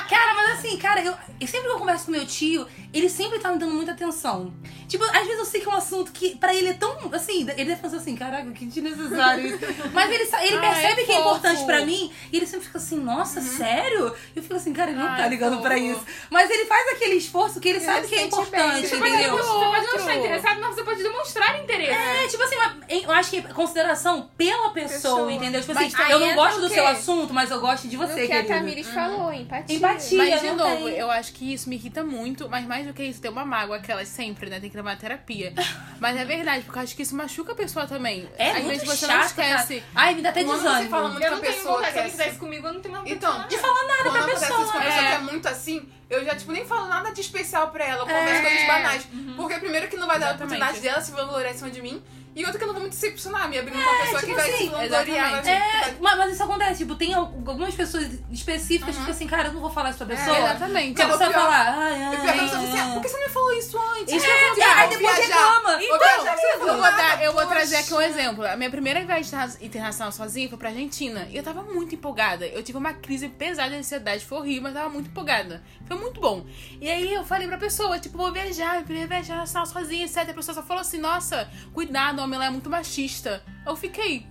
Speaker 4: cara, mas assim, cara, eu, e sempre que eu converso com meu tio, ele sempre tá me dando muita atenção. Tipo, às vezes eu sei que é um assunto que pra ele é tão, assim, ele deve pensar assim, caraca, que desnecessário isso. Mas ele, sa- ele
Speaker 5: Ah,
Speaker 4: percebe
Speaker 5: é
Speaker 4: que é
Speaker 5: fofo.
Speaker 4: importante pra mim e ele sempre fica assim, nossa, sério? E eu fico assim, cara, ele não
Speaker 5: Ah,
Speaker 4: tá
Speaker 5: é
Speaker 4: ligando
Speaker 5: fofo.
Speaker 4: pra isso. Mas ele faz aquele esforço que ele, sabe que é
Speaker 2: sente bem,
Speaker 4: importante,
Speaker 2: você
Speaker 6: Mas
Speaker 4: entendeu?
Speaker 6: você pode não estar
Speaker 5: Outro.
Speaker 6: interessado, mas você pode demonstrar interesse.
Speaker 4: É, tipo assim, uma- eu acho que é consideração pela pessoa,
Speaker 2: Pessoa.
Speaker 4: entendeu? Tipo
Speaker 2: Mas
Speaker 4: assim,
Speaker 2: aí
Speaker 4: eu
Speaker 3: é
Speaker 4: não
Speaker 2: entra
Speaker 4: gosto
Speaker 2: o
Speaker 4: do
Speaker 2: quê?
Speaker 4: seu assunto, mas eu gosto de
Speaker 2: no
Speaker 4: você,
Speaker 2: que a
Speaker 4: querido.
Speaker 2: Tamires falou, empatia.
Speaker 4: Empatia.
Speaker 5: Mas, de
Speaker 4: não
Speaker 5: novo,
Speaker 4: tem.
Speaker 5: eu acho que isso me irrita muito, mas mais do que isso, tem uma mágoa, aquelas sempre, né? Tem que levar a terapia. mas é verdade, porque eu acho que isso machuca a pessoa também.
Speaker 4: É
Speaker 5: Às
Speaker 4: muito
Speaker 5: vezes você não
Speaker 4: chato,
Speaker 5: esquece.
Speaker 4: cara. Ai, me dá até
Speaker 3: Quando você
Speaker 4: desânimo.
Speaker 3: fala muito
Speaker 6: Eu
Speaker 3: com
Speaker 6: não
Speaker 3: a
Speaker 6: tenho
Speaker 3: pessoa
Speaker 6: vontade.
Speaker 3: que
Speaker 6: Se
Speaker 3: é
Speaker 6: alguém fizer
Speaker 3: assim.
Speaker 6: isso comigo, eu não tenho mais vontade.
Speaker 3: Então,
Speaker 6: de
Speaker 3: de
Speaker 6: falar.
Speaker 3: falar nada
Speaker 4: pra
Speaker 3: Quando acontece isso com a
Speaker 4: pessoa,
Speaker 3: pessoa
Speaker 4: é.
Speaker 3: que é muito assim, eu já, tipo, nem falo nada
Speaker 4: É. Uhum.
Speaker 3: de especial pra ela, eu converso coisas banais. Porque primeiro que não vai dar a
Speaker 5: Exatamente.
Speaker 3: oportunidade dela se valorar em cima de mim. E outra que eu não vou me decepcionar, me abrindo com uma pessoa que
Speaker 4: tipo
Speaker 3: vai
Speaker 4: assim,
Speaker 3: se vangloriar. vai-
Speaker 4: É, mas, mas isso acontece, tipo, tem al- algumas pessoas específicas que ficam assim, cara, eu não vou falar isso pra pessoa.
Speaker 5: Exatamente.
Speaker 4: Que a
Speaker 3: É, Não,
Speaker 4: pessoa
Speaker 3: pior.
Speaker 4: fala, ai,
Speaker 3: E
Speaker 4: ai,
Speaker 3: pior que a pessoa fala assim, ah,
Speaker 4: ai.
Speaker 3: por que você não me falou isso antes? Tipo, "Ah,
Speaker 4: Isso que eu ia perguntar, aí depois
Speaker 3: viajar. Então,
Speaker 4: reclama.
Speaker 3: Ô, Bel,
Speaker 5: Eu vou, dar- eu vou trazer aqui um exemplo. A minha primeira viagem interna- internacional sozinha foi pra Argentina. E eu tava muito empolgada. Eu tive uma crise pesada de ansiedade. Foi horrível, mas tava muito empolgada. Foi muito bom. E aí eu falei pra pessoa, tipo, vou viajar, minha primeira viagem internacional sozinha, etc. A pessoa só falou assim, nossa, cuidado, homem, ela é muito machista. Eu fiquei.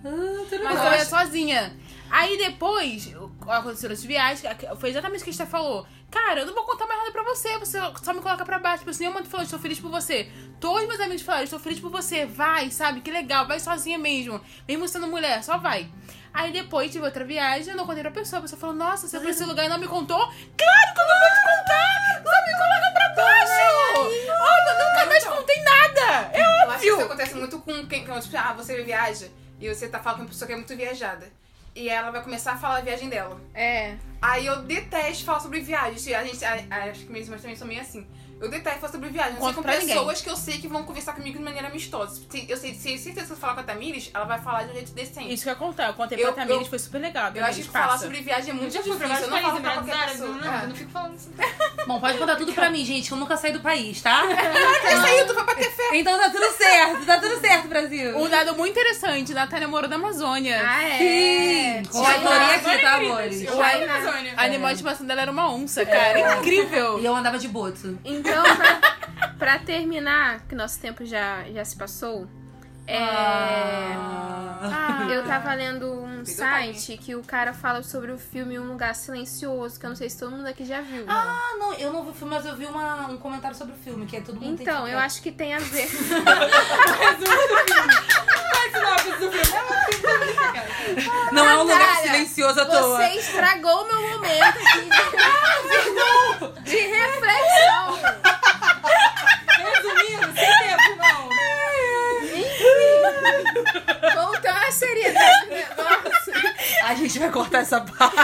Speaker 5: Mas eu ia sozinha. Aí depois, o- aconteceram as viagens, a- foi exatamente o que a gente falou. Cara, eu não vou contar mais nada pra você, você só me coloca pra baixo. Tipo assim, eu mando falando, estou feliz por você. Todos meus amigos falaram, estou feliz por você, vai, sabe, que legal, vai sozinha mesmo. Mesmo sendo mulher, só vai. Aí depois tive outra viagem, eu não contei pra pessoa. A pessoa falou, nossa, você foi esse lugar e não me contou? Claro que eu não vou te contar! Só me coloca pra baixo! Olha, eu nunca mais contei nada! É
Speaker 3: Eu acho que isso
Speaker 5: óbvio!
Speaker 3: acontece muito com quem, com, tipo, ah, você viaja e você tá falando com uma pessoa que é muito viajada. E ela vai começar a falar a viagem dela.
Speaker 2: É.
Speaker 3: Aí eu detesto falar sobre viagem. A gente, a- a- acho que minhas irmãs também são meio assim. Eu detesto falar sobre viagem. Eu sei
Speaker 5: Conto
Speaker 3: com
Speaker 5: pra
Speaker 3: pessoas
Speaker 5: ninguém.
Speaker 3: que eu sei que vão conversar comigo de maneira amistosa. Se- Eu sei, se certeza que eu falar com a Tamires, ela vai falar de um jeito decente.
Speaker 5: Isso que eu ia contar, eu contei
Speaker 3: Eu-
Speaker 5: pra Tamires,
Speaker 3: eu-
Speaker 5: foi super legal.
Speaker 3: Eu acho
Speaker 5: Tamires,
Speaker 3: que falar
Speaker 5: passa.
Speaker 3: sobre viagem é
Speaker 6: Eu
Speaker 3: muito
Speaker 6: já fui
Speaker 3: difícil.
Speaker 6: pra vários
Speaker 3: Eu não
Speaker 6: países
Speaker 3: falo pra
Speaker 6: Emirados
Speaker 3: qualquer
Speaker 6: Árabes,
Speaker 3: pessoa. É.
Speaker 6: eu não, eu não fico falando isso.
Speaker 4: Então, Bom, pode contar tudo pra mim, gente, que eu nunca saí do país, tá?
Speaker 3: É. Essa aí, tu foi pra ter fé.
Speaker 4: Então tá tudo certo, tá tudo certo, Brasil.
Speaker 5: Um dado muito interessante, Natália morou na Amazônia.
Speaker 2: Ah, é.
Speaker 4: Sim, com a
Speaker 3: é
Speaker 4: Glorinha aqui, tá, amores?
Speaker 6: Eu moro na Amazônia.
Speaker 5: A animal de estimação dela era uma
Speaker 3: É.
Speaker 5: onça, cara. Incrível.
Speaker 4: E eu andava de boto.
Speaker 2: Então, pra, pra terminar, que nosso tempo já, já se passou, é,
Speaker 4: Ah.
Speaker 2: ah, eu tava lendo um
Speaker 3: Fiz
Speaker 2: site que o cara fala sobre o filme Um Lugar Silencioso, que eu não sei se todo mundo aqui já viu.
Speaker 4: Ah, não, eu não vi o filme, mas eu vi uma- um comentário sobre o filme, que é todo mundo tem
Speaker 2: então,
Speaker 4: que-
Speaker 2: eu acho que tem a ver.
Speaker 4: Não
Speaker 2: tá
Speaker 4: é um lugar silencioso à toa.
Speaker 2: Você estragou meu momento aqui de, de reflexão.
Speaker 6: Resumindo, sem tempo, não.
Speaker 2: Voltando à seriedade do negócio.
Speaker 4: A gente vai cortar essa parte.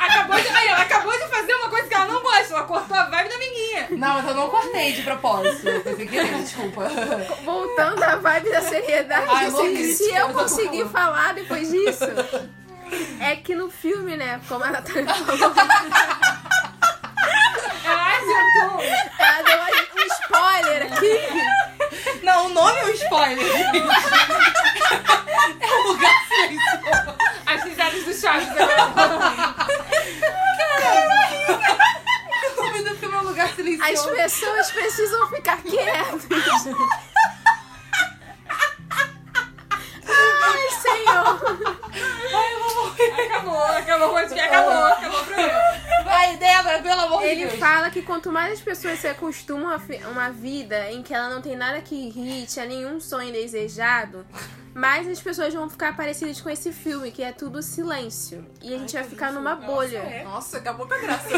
Speaker 6: Acabou de, aí, ela acabou de fazer uma coisa que ela não gosta. Ela cortou a vibe da amiguinha.
Speaker 4: Não, mas eu não cortei de propósito. Foi sem querer, desculpa.
Speaker 2: Voltando à vibe da seriedade.
Speaker 4: Ai,
Speaker 2: se-
Speaker 4: morri,
Speaker 2: se eu
Speaker 4: eu tô
Speaker 2: conseguir
Speaker 4: com
Speaker 2: falar depois disso. É que no filme, né? Como a Natália falou,
Speaker 6: Ela acertou.
Speaker 2: ela deu um spoiler aqui.
Speaker 4: Não, o nome é um spoiler. gente. é um lugar silencioso.
Speaker 6: As risadas do Chaves. né?
Speaker 4: O nome do filme é um lugar
Speaker 2: As
Speaker 4: silencioso.
Speaker 2: pessoas precisam ficar quietas. Ai, senhor.
Speaker 6: Acabou, acabou o podcast, acabou, acabou o programa.
Speaker 4: Vai, Débora, pelo amor de
Speaker 2: Ele
Speaker 4: Deus.
Speaker 2: fala que quanto mais as pessoas se acostumam a fi- uma vida em que ela não tem nada que irrite, a nenhum sonho desejado, mais as pessoas vão ficar parecidas com esse filme, que é tudo silêncio. E a gente vai ficar numa bolha.
Speaker 3: Nossa, é. acabou com a graça.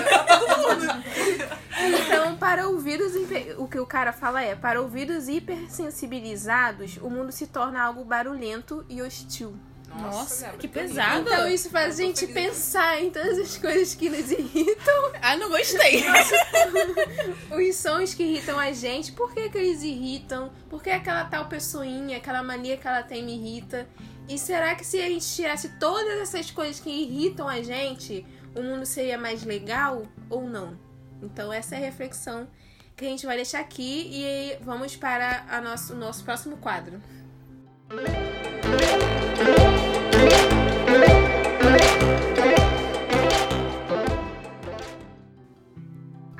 Speaker 2: Então, para ouvidos hiper- o que o cara fala é, para ouvidos hipersensibilizados, o mundo se torna algo barulhento e hostil.
Speaker 5: Nossa,
Speaker 3: Débora,
Speaker 5: que
Speaker 3: tô rindo.
Speaker 5: pesado.
Speaker 2: Então isso faz a
Speaker 3: Eu tô
Speaker 2: gente
Speaker 3: feliz.
Speaker 2: pensar em todas as coisas que nos irritam,
Speaker 5: Ah, não gostei.
Speaker 2: os sons que irritam a gente, por que, que eles irritam, por que aquela tal pessoinha, aquela mania que ela tem me irrita. E será que se a gente tirasse todas essas coisas que irritam a gente, o mundo seria mais legal ou não? Então essa é a reflexão que a gente vai deixar aqui e aí vamos para a nosso, o nosso próximo quadro.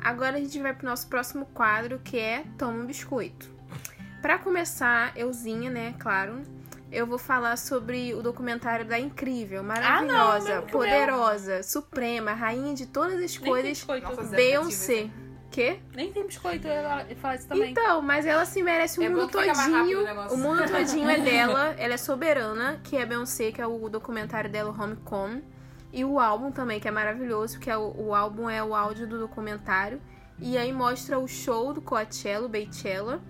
Speaker 2: Agora a gente vai pro nosso próximo quadro, que é Toma um Biscoito. Pra começar, euzinha, né, claro, eu vou falar sobre o documentário da incrível, maravilhosa, poderosa, suprema, rainha de todas as coisas,
Speaker 3: Nossa, Zé,
Speaker 2: Beyoncé.
Speaker 3: então.
Speaker 2: Quê?
Speaker 5: Nem tem biscoito, eu falo isso
Speaker 2: Então, mas ela se merece o
Speaker 3: É bom
Speaker 2: mundo
Speaker 3: que fica mais rápido o
Speaker 2: todinho.
Speaker 3: negócio.
Speaker 2: O mundo todinho é dela. Ela é soberana, que é Beyoncé, que é o documentário dela, o Homecoming. E o álbum também, que é maravilhoso, que é o, o álbum é o áudio do documentário. E aí mostra o show do Coachella, o Beychella.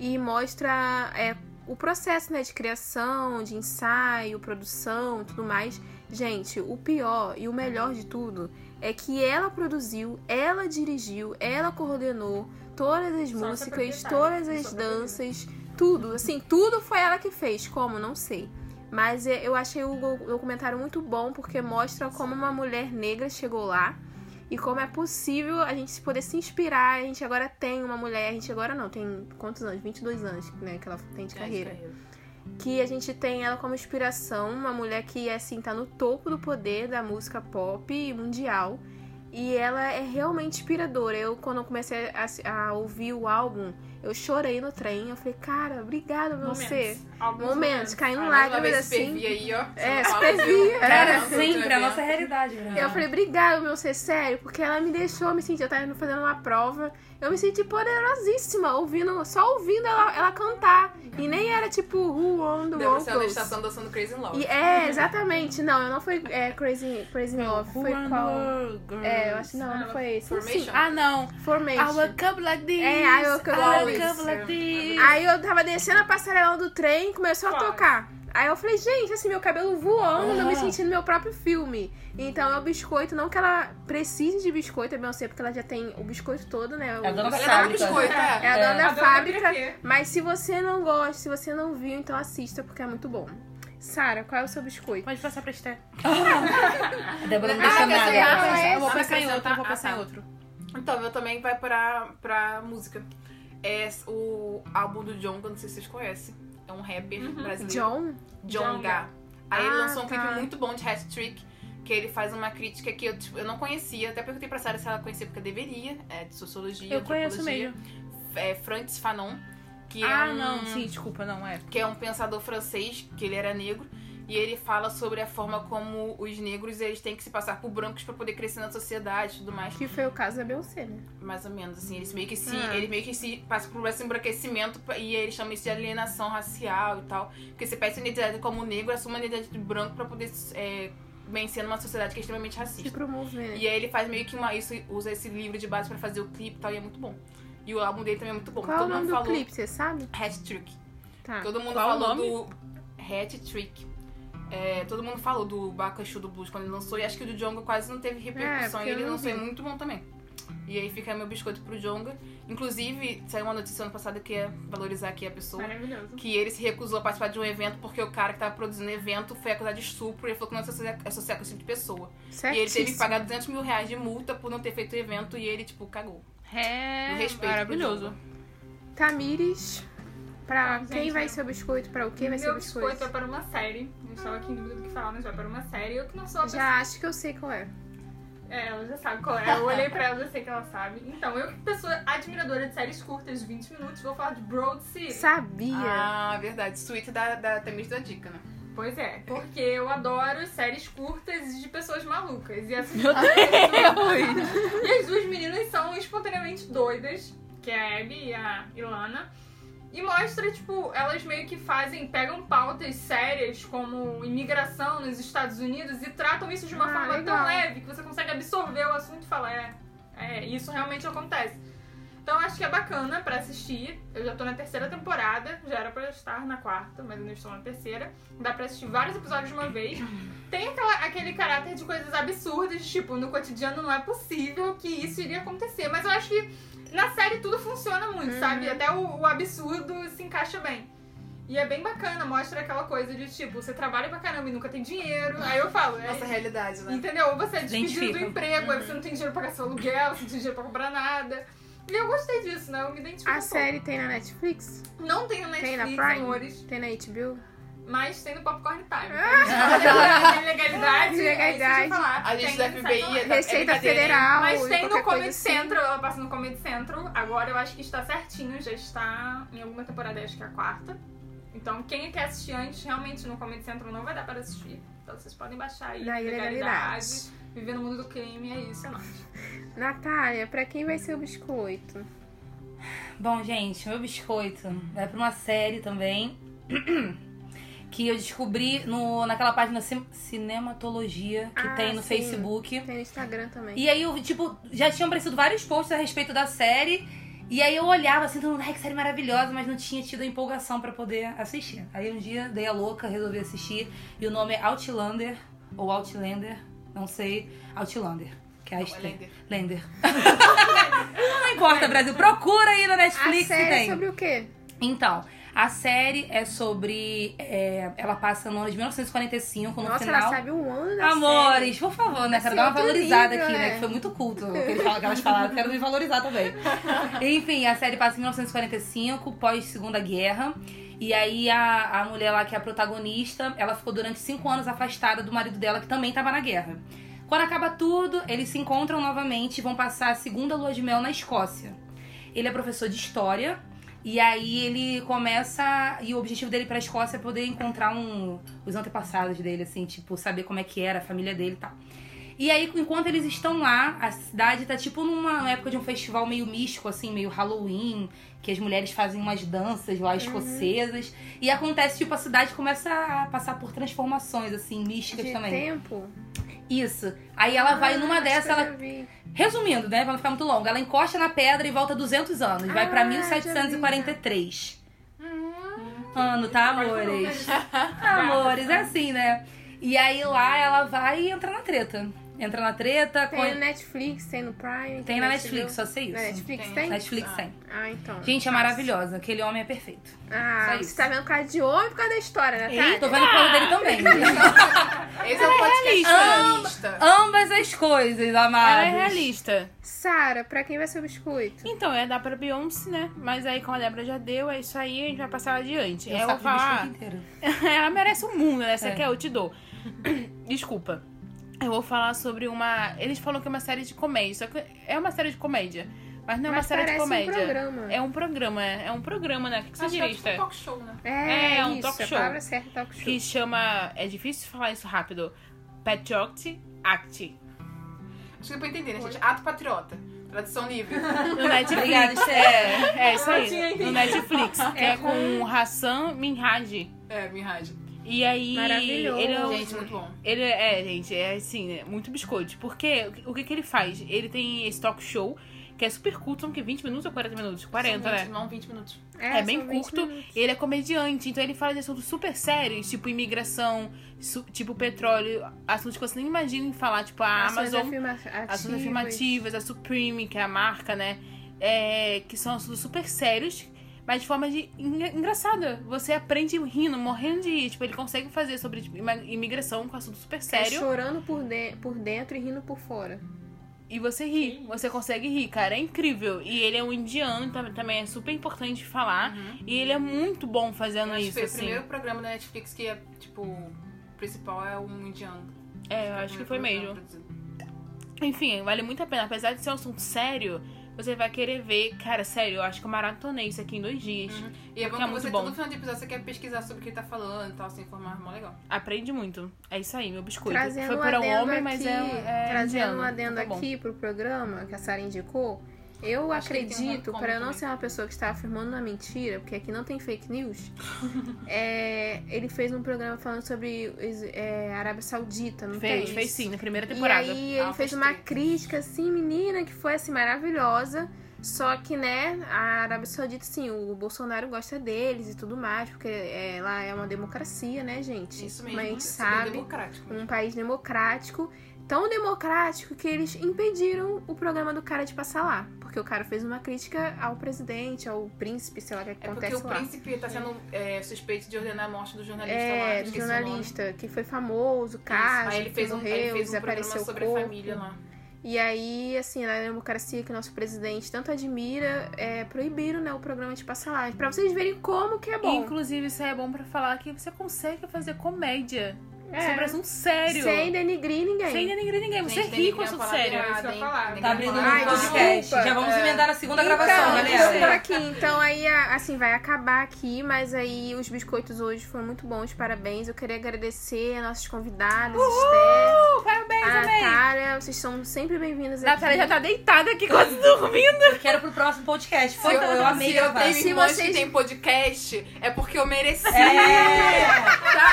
Speaker 2: E mostra é, o processo né, de criação, de ensaio, produção e tudo mais. Gente, o pior e o melhor de tudo é que ela produziu, ela dirigiu, ela coordenou todas as
Speaker 6: Só essa
Speaker 2: músicas,
Speaker 6: proprietária,
Speaker 2: todas
Speaker 6: só
Speaker 2: as
Speaker 6: proprietária.
Speaker 2: danças, tudo. Assim, tudo foi ela que fez. Como? Não sei. Mas é, eu achei o go- documentário muito bom porque mostra como uma mulher negra chegou lá e como é possível a gente poder se inspirar. A gente agora tem uma mulher, a gente agora não, tem quantos anos? 22 anos, né, que ela tem
Speaker 4: É,
Speaker 2: de carreira. Que a gente tem ela como inspiração, uma mulher que assim tá no topo do poder da música pop mundial. E ela é realmente inspiradora. Eu, quando eu comecei a, a ouvir o álbum, eu chorei no trem. Eu falei, cara, obrigada a você.
Speaker 6: Alguns
Speaker 2: Momentos, caindo
Speaker 6: Ah,
Speaker 3: Ela
Speaker 2: lágrimas
Speaker 3: vê esse
Speaker 2: assim.
Speaker 3: perfil aí, ó.
Speaker 2: É,
Speaker 3: São
Speaker 2: esse
Speaker 3: Paulo,
Speaker 2: perfil,
Speaker 3: viu?
Speaker 2: é.
Speaker 4: Cara,
Speaker 3: Caramba,
Speaker 4: sempre, a
Speaker 3: tá
Speaker 4: nossa
Speaker 3: vendo?
Speaker 4: realidade, Bruna.
Speaker 2: Eu falei, obrigada, meu ser sério, porque ela me deixou me sentir, eu tava fazendo uma prova. Eu me senti poderosíssima, ouvindo, só ouvindo ela, ela cantar. E nem era tipo Who on the
Speaker 3: Deve ser uma
Speaker 2: Vocals.
Speaker 3: estação tá dançando Crazy in Love.
Speaker 2: E é, exatamente. Não, eu não fui é, Crazy, crazy Love. Foi qual? É, eu acho que não, não foi esse.
Speaker 3: Formation?
Speaker 5: Ah, não.
Speaker 2: Sim,
Speaker 5: I
Speaker 2: Formation.
Speaker 5: woke up like this.
Speaker 2: É, I woke up like
Speaker 5: I woke
Speaker 3: this.
Speaker 5: up like this.
Speaker 2: Aí eu tava descendo a passarela do trem e começou a
Speaker 6: Fala.
Speaker 2: tocar. Aí eu falei, gente, assim, meu cabelo voando, eu me sentindo no meu próprio filme. Então é o biscoito, não que ela precise de biscoito, a Beyoncé, porque ela já tem o biscoito todo, né? O-
Speaker 4: É a dona
Speaker 3: Ela
Speaker 4: Sabe,
Speaker 3: dá no biscoito,
Speaker 2: é
Speaker 3: é.
Speaker 2: a dona
Speaker 4: É.
Speaker 2: da
Speaker 6: Adoro
Speaker 2: fábrica.
Speaker 6: Gabriel.
Speaker 2: Mas se você não gosta, se você não viu, então assista, porque é muito bom. Sara, qual é o seu biscoito?
Speaker 5: Pode passar pra Esther.
Speaker 4: A Débora não
Speaker 3: Ah, quer
Speaker 4: deixou nada.
Speaker 3: dizer, ah, é,
Speaker 5: eu vou
Speaker 3: só
Speaker 5: pensar em
Speaker 3: acrescentar-
Speaker 5: outro, eu vou
Speaker 3: ah,
Speaker 5: pensar em
Speaker 3: tá.
Speaker 5: outro.
Speaker 3: Então, eu também vai pra, pra música. É o álbum do John, que eu não sei se vocês conhecem. É um rapper brasileiro.
Speaker 2: John?
Speaker 3: Jonga. Aí ele
Speaker 2: Ah,
Speaker 3: lançou um
Speaker 2: tá.
Speaker 3: clipe muito bom de Hat Trick, que ele faz uma crítica que eu, tipo, eu não conhecia. Até perguntei pra Sarah se ela conhecia, porque deveria. É de sociologia,
Speaker 5: Eu conheço
Speaker 3: antropologia.
Speaker 5: meio.
Speaker 3: É Francis Fanon, que é
Speaker 5: Ah,
Speaker 4: né?
Speaker 3: um,
Speaker 5: não. Sim, desculpa, não é.
Speaker 3: que é um pensador francês, que ele era negro. E ele fala sobre a forma como os negros eles têm que se passar por brancos pra poder crescer na sociedade e tudo mais.
Speaker 2: Que foi o caso da Beyoncé, né?
Speaker 3: Mais ou menos, assim, eles meio que se.
Speaker 2: Ah.
Speaker 3: Ele meio que se passa por esse embranquecimento pra- e eles chamam isso de alienação racial e tal. Porque você perde sua identidade como negro, assume a identidade de branco pra poder é, vencer numa sociedade que é extremamente
Speaker 2: Se
Speaker 3: racista.
Speaker 2: promover, né?
Speaker 3: E é aí ele faz meio que uma. Isso, usa esse livro de base pra fazer o clipe e tal, e é muito bom. E o álbum dele também é muito bom.
Speaker 2: Qual é o
Speaker 3: Todo
Speaker 2: nome
Speaker 3: mundo
Speaker 2: do
Speaker 3: falou
Speaker 2: clipe, você sabe?
Speaker 3: Hat Trick.
Speaker 2: Tá.
Speaker 3: Todo mundo
Speaker 5: Qual o
Speaker 3: falou
Speaker 5: nome?
Speaker 3: do Hat Trick. É, todo mundo falou do Bacachu do Blues quando ele lançou. E acho que o do Djonga quase não teve repercussão.
Speaker 2: É,
Speaker 3: e
Speaker 2: porque
Speaker 3: ele
Speaker 2: eu não
Speaker 3: lançou é
Speaker 2: vi.
Speaker 3: muito bom também. E aí fica meu biscoito pro Djonga. Inclusive, saiu uma notícia ano passado que ia valorizar aqui a pessoa.
Speaker 6: Maravilhoso.
Speaker 3: Que ele se recusou a participar de um evento porque o cara que tava produzindo o evento foi acusado de estupro. E ele falou que não se associa, associar com esse tipo de pessoa.
Speaker 2: Certíssimo.
Speaker 3: E ele teve que pagar 200 mil reais de multa por não ter feito o evento. E ele, tipo, cagou.
Speaker 5: É.
Speaker 3: Eu respeito pro
Speaker 5: Maravilhoso.
Speaker 2: Tamires, pra
Speaker 6: Ah, Gente,
Speaker 2: quem vai
Speaker 6: eu-
Speaker 2: ser o biscoito? Pra o que vai ser
Speaker 6: Meu
Speaker 2: o biscoito?
Speaker 6: biscoito é para uma série. Eu estava aqui em dúvida do que falar, mas vai para é uma série. Eu que não sou a pessoa.
Speaker 2: Já acho que eu sei qual é.
Speaker 6: É, ela já sabe qual é. Eu olhei pra ela, já sei que ela sabe. Então, eu que pessoa admiradora de séries curtas, 20 minutos, vou falar de Broad City.
Speaker 2: Sabia.
Speaker 3: Ah, verdade. Suíte da, da Temis da Dica, né?
Speaker 6: Pois é, porque eu adoro séries curtas e de pessoas malucas. E essas E as duas meninas são espontaneamente doidas, que é a Abby e a Ilana. E mostra, tipo, elas meio que fazem, pegam pautas sérias como imigração nos Estados Unidos e tratam isso de uma
Speaker 2: Ah,
Speaker 6: forma tão
Speaker 2: legal.
Speaker 6: leve que você consegue absorver o assunto e falar, é, é, isso realmente acontece. Então eu acho que é bacana pra assistir. Eu já tô na terceira temporada, já era pra estar na quarta, mas ainda estou na terceira. Dá pra assistir vários episódios de uma vez. Tem aquela- aquele caráter de coisas absurdas, tipo, no cotidiano não é possível que isso iria acontecer. Mas eu acho que na série tudo funciona muito,
Speaker 2: Uhum.
Speaker 6: sabe? Até o, o absurdo se encaixa bem. E é bem bacana, mostra aquela coisa de tipo, você trabalha pra caramba e nunca tem dinheiro. Aí eu falo, é,
Speaker 3: Nossa realidade, né?
Speaker 6: Entendeu? Ou você é despedido do
Speaker 4: Identifica.
Speaker 6: emprego,
Speaker 2: Uhum.
Speaker 6: aí você não tem dinheiro pra pagar seu aluguel, você não tem dinheiro pra comprar nada. E eu gostei disso, né? Eu me identifico.
Speaker 2: A
Speaker 6: um
Speaker 2: série tem na Netflix?
Speaker 6: pouco. Não tem no
Speaker 2: Tem
Speaker 6: Netflix,
Speaker 2: na Prime?
Speaker 6: amores,
Speaker 2: Tem na HBO?
Speaker 6: mas tem no Popcorn Time. então Ah! Legalidade,
Speaker 2: Ilegalidade.
Speaker 3: A gente da FBI é da
Speaker 2: Receita
Speaker 3: brincadeira, hein?
Speaker 2: Federal.
Speaker 6: Mas
Speaker 2: e
Speaker 6: tem no
Speaker 2: qualquer coisa
Speaker 6: Comedy
Speaker 2: assim.
Speaker 6: Central, ela passa no Comedy Central. Agora eu acho que está certinho, já está em alguma temporada, acho que é a quarta. Então quem quer assistir antes, realmente no Comedy Central não vai dar para assistir. Então vocês podem baixar aí.
Speaker 2: Na ilegalidade.
Speaker 6: Viver no mundo do crime, é isso, é nóis.
Speaker 2: Natália, pra quem vai ser o biscoito?
Speaker 4: Bom, gente, meu biscoito vai pra uma série também. Que eu descobri no, naquela página Cin- Cinematologia que
Speaker 2: Ah,
Speaker 4: tem no
Speaker 2: sim.
Speaker 4: Facebook.
Speaker 2: Tem no Instagram também.
Speaker 4: E aí, eu, tipo, já tinham aparecido vários posts a respeito da série. E aí eu olhava assim, todo mundo, ai, que série maravilhosa, mas não tinha tido a empolgação pra poder assistir. Aí um dia dei a louca, resolvi assistir, e o nome é Outlander, ou Outlander, não sei, Outlander. Que é a estre-
Speaker 3: Lender.
Speaker 4: Lender. não importa, Brasil. Procura aí na Netflix
Speaker 2: a série
Speaker 4: que tem.
Speaker 2: é sobre o quê?
Speaker 4: Então, a série é sobre. é, ela passa no ano de 1945, no
Speaker 2: Nossa,
Speaker 4: final.
Speaker 2: ela sabe um ano da série.
Speaker 4: Amores, por favor, né? Quero
Speaker 2: Assim,
Speaker 4: dar uma
Speaker 2: outro
Speaker 4: valorizada
Speaker 2: nível,
Speaker 4: aqui, né?
Speaker 2: né?
Speaker 4: Que foi muito culto o que eles falam- que elas falaram. Quero me valorizar também. Enfim, a série passa em 1945, pós Segunda Guerra. E aí a, a mulher lá que é a protagonista, ela ficou durante cinco anos afastada do marido dela, que também tava na guerra. Quando acaba tudo, eles se encontram novamente e vão passar a segunda lua de mel na Escócia. Ele é professor de história. E aí ele começa. E o objetivo dele pra Escócia é poder encontrar um, os antepassados dele, assim, tipo, saber como é que era a família dele e tal. E aí, enquanto eles estão lá, a cidade tá tipo numa época de um festival meio místico, assim, meio Halloween, que as mulheres fazem umas danças
Speaker 2: Uhum.
Speaker 4: lá escocesas. E acontece, tipo, a cidade começa a passar por transformações, assim, místicas
Speaker 2: De
Speaker 4: também.
Speaker 2: tempo? Ah,
Speaker 4: Isso. Aí ela vai numa dessa, ela
Speaker 2: Ela...
Speaker 4: Resumindo, né? Pra não ficar muito longo. Ela encosta na pedra e volta 200 anos. Vai pra
Speaker 2: Ah,
Speaker 4: 1743. Ano, tá, amores? amores, é assim, né? E aí lá ela vai e entra na treta. Entra na treta.
Speaker 2: Tem
Speaker 4: conhe-
Speaker 2: no Netflix, tem no Prime.
Speaker 4: Tem na
Speaker 2: no
Speaker 4: Netflix,
Speaker 2: HBO.
Speaker 4: só sei
Speaker 2: Na
Speaker 4: isso.
Speaker 2: Netflix tem?
Speaker 4: Netflix tem.
Speaker 2: Ah, então.
Speaker 4: Gente, é maravilhosa. Aquele homem é perfeito.
Speaker 2: Ah,
Speaker 4: só isso.
Speaker 2: você tá vendo por causa de homem e por causa da história, né,
Speaker 4: Ei,
Speaker 2: Tati?
Speaker 4: tô vendo coisa dele também. gente.
Speaker 3: Esse é um podcast
Speaker 5: é
Speaker 3: realista.
Speaker 4: Ambas as coisas, amados.
Speaker 3: Tá,
Speaker 5: Ela é realista.
Speaker 2: Sara, pra quem vai ser o biscoito?
Speaker 5: Então, ia dar pra Beyoncé, né? Mas aí, como a Débora já deu, é isso aí, a gente vai passar ela adiante. É,
Speaker 4: Eu
Speaker 5: Eu vou
Speaker 4: saco de biscoito
Speaker 5: falar.
Speaker 4: inteiro.
Speaker 5: ela merece o mundo, né? Essa
Speaker 4: É.
Speaker 5: aqui é eu te dou. Desculpa. Eu vou falar sobre uma. Eles falam que é uma série de comédia. Só que é uma série de comédia. Mas não é uma
Speaker 2: Mas
Speaker 5: série de
Speaker 2: parece um
Speaker 5: comédia.
Speaker 2: programa.
Speaker 5: É um programa, é é um programa, né? O que você
Speaker 3: Acho que é
Speaker 5: diria,
Speaker 3: tipo um
Speaker 5: Esther?
Speaker 3: talk show, né?
Speaker 2: É,
Speaker 5: é um
Speaker 2: isso,
Speaker 5: talk
Speaker 2: a
Speaker 5: show.
Speaker 2: palavra certa é talk show.
Speaker 5: Que chama. É difícil falar isso rápido. Patriot
Speaker 3: Acho
Speaker 5: Act.
Speaker 3: que deu pra entender, né, gente? Ato patriota. Tradução livre.
Speaker 5: No Netflix.
Speaker 4: Obrigada, Esther.
Speaker 5: É isso
Speaker 6: tinha
Speaker 5: aí. No Netflix. Que é com o Hassan Minhaj.
Speaker 3: É, Mirage.
Speaker 5: E aí.
Speaker 2: Maravilhoso.
Speaker 5: Ele é um-
Speaker 3: Gente, muito bom.
Speaker 5: Ele é, gente, é assim, né, muito biscoito. Porque o que- o que, que ele faz? Ele tem esse talk show, que é super curto, são que 20 minutos ou 40 minutos? 40,
Speaker 3: São
Speaker 5: né?
Speaker 3: 20, Não, 20 minutos.
Speaker 5: É, bem
Speaker 2: são 20
Speaker 5: curto.
Speaker 2: minutos.
Speaker 5: Ele é comediante, então ele fala de assuntos super sérios, tipo imigração, su- tipo petróleo, assuntos que você nem imagina em falar, tipo a
Speaker 2: Ações
Speaker 5: Amazon,
Speaker 2: afirma-
Speaker 5: assuntos
Speaker 2: ativas.
Speaker 5: afirmativas, a Supreme, que é a marca, né? É, que são assuntos super sérios, mas de forma de engra- engraçada. Você aprende rindo, morrendo de rir. Tipo, ele consegue fazer sobre tipo, ima- imigração com assunto super
Speaker 2: É
Speaker 5: sério.
Speaker 2: Chorando por, de- por dentro e rindo por fora.
Speaker 5: E você ri, você consegue rir, cara, é incrível. E ele é um indiano, então também é super importante falar. E ele é muito bom fazendo
Speaker 3: Uhum. Acho que
Speaker 5: isso,
Speaker 3: foi
Speaker 5: assim.
Speaker 3: o primeiro programa da Netflix que é, tipo, o principal é um indiano. Tá
Speaker 5: É, eu acho que foi mesmo. Enfim, vale muito a pena. Apesar de ser um assunto sério, você vai querer ver. Cara, sério, eu acho que eu maratonei isso aqui em dois dias.
Speaker 3: Uhum. E é bom
Speaker 5: Porque é
Speaker 3: que
Speaker 5: muito
Speaker 3: você,
Speaker 5: bom.
Speaker 3: todo final de episódio, você quer pesquisar sobre o que ele tá falando e tal, se informar, é mó legal.
Speaker 5: Aprende muito. É isso aí, meu biscoito.
Speaker 2: Trazendo
Speaker 5: Foi
Speaker 2: um
Speaker 5: para
Speaker 2: adendo
Speaker 5: homem,
Speaker 2: aqui,
Speaker 5: mas é. é
Speaker 2: trazendo
Speaker 5: indiano.
Speaker 2: um adendo
Speaker 5: Tá bom.
Speaker 2: aqui pro programa que a Sara indicou. Eu
Speaker 3: Acho que ele tem um
Speaker 2: acredito,
Speaker 3: nome
Speaker 2: para eu não
Speaker 3: também.
Speaker 2: ser uma pessoa que está afirmando uma mentira, porque aqui não tem fake news, é, ele fez um programa falando sobre é, Arábia Saudita, não tem?
Speaker 5: Fez, fez sim, na primeira temporada. Ah,
Speaker 2: E aí ele
Speaker 3: Altas
Speaker 2: fez uma
Speaker 3: tretas.
Speaker 2: crítica, assim, menina, que foi, assim, maravilhosa. Só que, né, a Arábia Saudita, assim, o Bolsonaro gosta deles e tudo mais, porque é, lá é uma democracia, né, gente?
Speaker 3: Isso
Speaker 2: Como
Speaker 3: mesmo.
Speaker 2: a gente
Speaker 3: isso é bem
Speaker 2: sabe,
Speaker 3: democrático.
Speaker 2: um país democrático, tão democrático que eles impediram o programa do cara de passar lá. Porque o cara fez uma crítica ao presidente, ao príncipe, sei lá, o que
Speaker 3: É porque
Speaker 2: acontece
Speaker 3: o
Speaker 2: lá.
Speaker 3: príncipe tá sendo é, suspeito de ordenar a morte do jornalista lá.
Speaker 2: É, do
Speaker 3: esqueci o nome.
Speaker 2: jornalista, que foi famoso, o caso,
Speaker 3: Aí ele fez
Speaker 2: que
Speaker 3: um,
Speaker 2: morreu,
Speaker 3: ele fez um
Speaker 2: desapareceu
Speaker 3: programa
Speaker 2: o
Speaker 3: sobre a
Speaker 2: corpo.
Speaker 3: família lá.
Speaker 2: E aí, assim, na democracia que o nosso presidente tanto admira, é, proibiram né, o programa de passar lá. Pra vocês verem como que é bom.
Speaker 5: Inclusive, isso aí é bom pra falar que você consegue fazer comédia
Speaker 2: É.
Speaker 5: sobre assunto sério.
Speaker 2: Sem denigrir ninguém.
Speaker 5: Sem denigrar ninguém. Você
Speaker 3: Gente,
Speaker 5: é rico, assunto
Speaker 3: denigrar a
Speaker 6: É
Speaker 3: palavra
Speaker 5: sério.
Speaker 6: isso que eu ia
Speaker 3: errada, hein?
Speaker 6: falar.
Speaker 4: Tá
Speaker 3: Denigrar a
Speaker 4: abrindo
Speaker 3: palavra
Speaker 4: um
Speaker 2: Ai,
Speaker 3: errada.
Speaker 4: podcast.
Speaker 2: desculpa.
Speaker 4: Já vamos
Speaker 3: É.
Speaker 4: emendar a segunda
Speaker 2: então,
Speaker 4: gravação,
Speaker 5: né,
Speaker 4: galera.
Speaker 2: desculpa aqui. Então, aí, a- assim, vai acabar aqui, mas aí os biscoitos hoje foram muito bons, parabéns. Eu queria agradecer a nossos convidados, Esther,
Speaker 5: Uh, parabéns,
Speaker 2: a
Speaker 5: amei.
Speaker 2: Natália. Vocês são sempre bem-vindas aqui.
Speaker 5: Natália já tá deitada aqui, quase dormindo.
Speaker 4: Eu quero pro próximo podcast. Foi, eu, eu amei
Speaker 3: Se eu
Speaker 4: gravar.
Speaker 3: tenho
Speaker 2: Se
Speaker 3: irmãs
Speaker 2: vocês-
Speaker 3: que tem podcast, é porque eu mereci.
Speaker 4: É,
Speaker 3: Tá,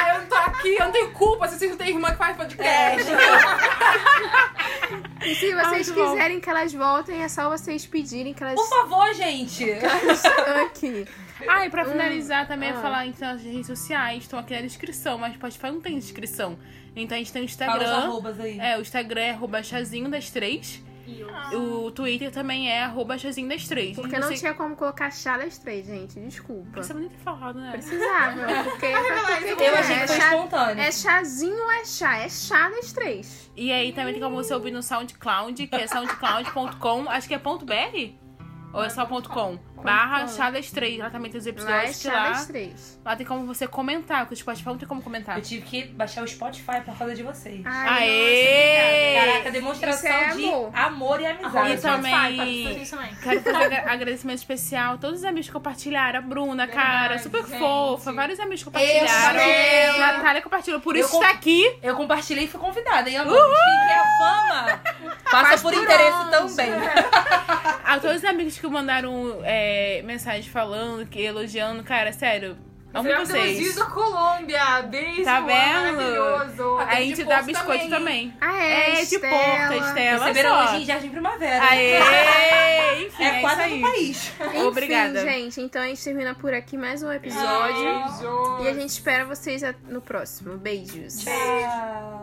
Speaker 4: é.
Speaker 3: eu não tô aqui, eu não tenho culpa se vocês não têm irmã que faz podcast.
Speaker 2: E se vocês
Speaker 5: tá- Ah, muito bom.
Speaker 2: quiserem que elas voltem, é só vocês pedirem que elas
Speaker 4: Por favor, gente!
Speaker 2: estão aqui.
Speaker 5: Ah, e pra finalizar também,
Speaker 2: ah.
Speaker 5: é falar então as redes sociais, estão aqui na descrição, mas Spotify não tem descrição. Então a gente tem o
Speaker 4: Fala os
Speaker 5: Instagram.
Speaker 4: arrobas aí.
Speaker 5: É, o Instagram é arroba chazinho das três.
Speaker 6: E eu.
Speaker 2: Ah.
Speaker 5: O Twitter também é arroba chazinho das três.
Speaker 2: Porque
Speaker 5: E
Speaker 2: não
Speaker 5: você-
Speaker 2: tinha como colocar chá das três, gente. Desculpa.
Speaker 5: Precisava nem ter falado, né?
Speaker 2: Precisava,
Speaker 5: Ah,
Speaker 2: porque... porque
Speaker 4: Eu achei
Speaker 2: é,
Speaker 4: que foi
Speaker 2: chá-
Speaker 4: espontâneo.
Speaker 5: né?
Speaker 2: é chazinho ou é chá? É chá das três.
Speaker 5: E aí também tem como você ouvir no SoundCloud, que é soundcloud.com, acho que é ponto .br? Ou é só ponto .com? Barra chá das três. Lá também tem os
Speaker 2: Lá é
Speaker 5: episódios que
Speaker 2: chá
Speaker 5: lá...
Speaker 2: das três.
Speaker 5: Lá tem como você comentar, porque o Spotify não tem como comentar.
Speaker 4: Eu tive que baixar o Spotify por causa de vocês.
Speaker 2: Ai,
Speaker 5: Aê!
Speaker 4: Caraca, demonstração
Speaker 2: Ah, Isso é
Speaker 4: de
Speaker 2: amor.
Speaker 4: amor, e amizade.
Speaker 5: E
Speaker 4: tá
Speaker 5: também...
Speaker 6: Isso também.
Speaker 5: Quero fazer agra- agradecimento especial a todos os amigos que compartilharam. A Bruna, cara, super
Speaker 6: gente.
Speaker 5: fofa. Vários amigos compartilharam.
Speaker 3: também.
Speaker 5: a Natália compartilhou. Por
Speaker 4: Eu
Speaker 5: isso
Speaker 4: com-
Speaker 5: está aqui.
Speaker 4: Eu compartilhei e fui convidada, hein, amor? Quem quer fama passa por, interesse também.
Speaker 5: A todos os amigos que mandaram é, mensagem falando, que elogiando. Cara, sério, amo
Speaker 6: Fernando Luiz
Speaker 5: vocês.
Speaker 6: da Colômbia. Beijo.
Speaker 5: Tá vendo?
Speaker 6: Maravilhoso.
Speaker 5: A gente dá
Speaker 3: posto
Speaker 5: biscoito também.
Speaker 2: Ah, é,
Speaker 5: É, de porta,
Speaker 2: Estela.
Speaker 5: Estela.
Speaker 4: Receberam
Speaker 5: olha
Speaker 4: hoje em Jardim Primavera.
Speaker 5: só. Aê! Enfim,
Speaker 4: É quase
Speaker 5: isso aí.
Speaker 4: no país.
Speaker 2: Enfim,
Speaker 5: Obrigada.
Speaker 2: gente, então a gente termina por aqui mais um episódio.
Speaker 6: Beijo.
Speaker 2: E a gente espera vocês a- no próximo. Beijos.
Speaker 4: Tchau.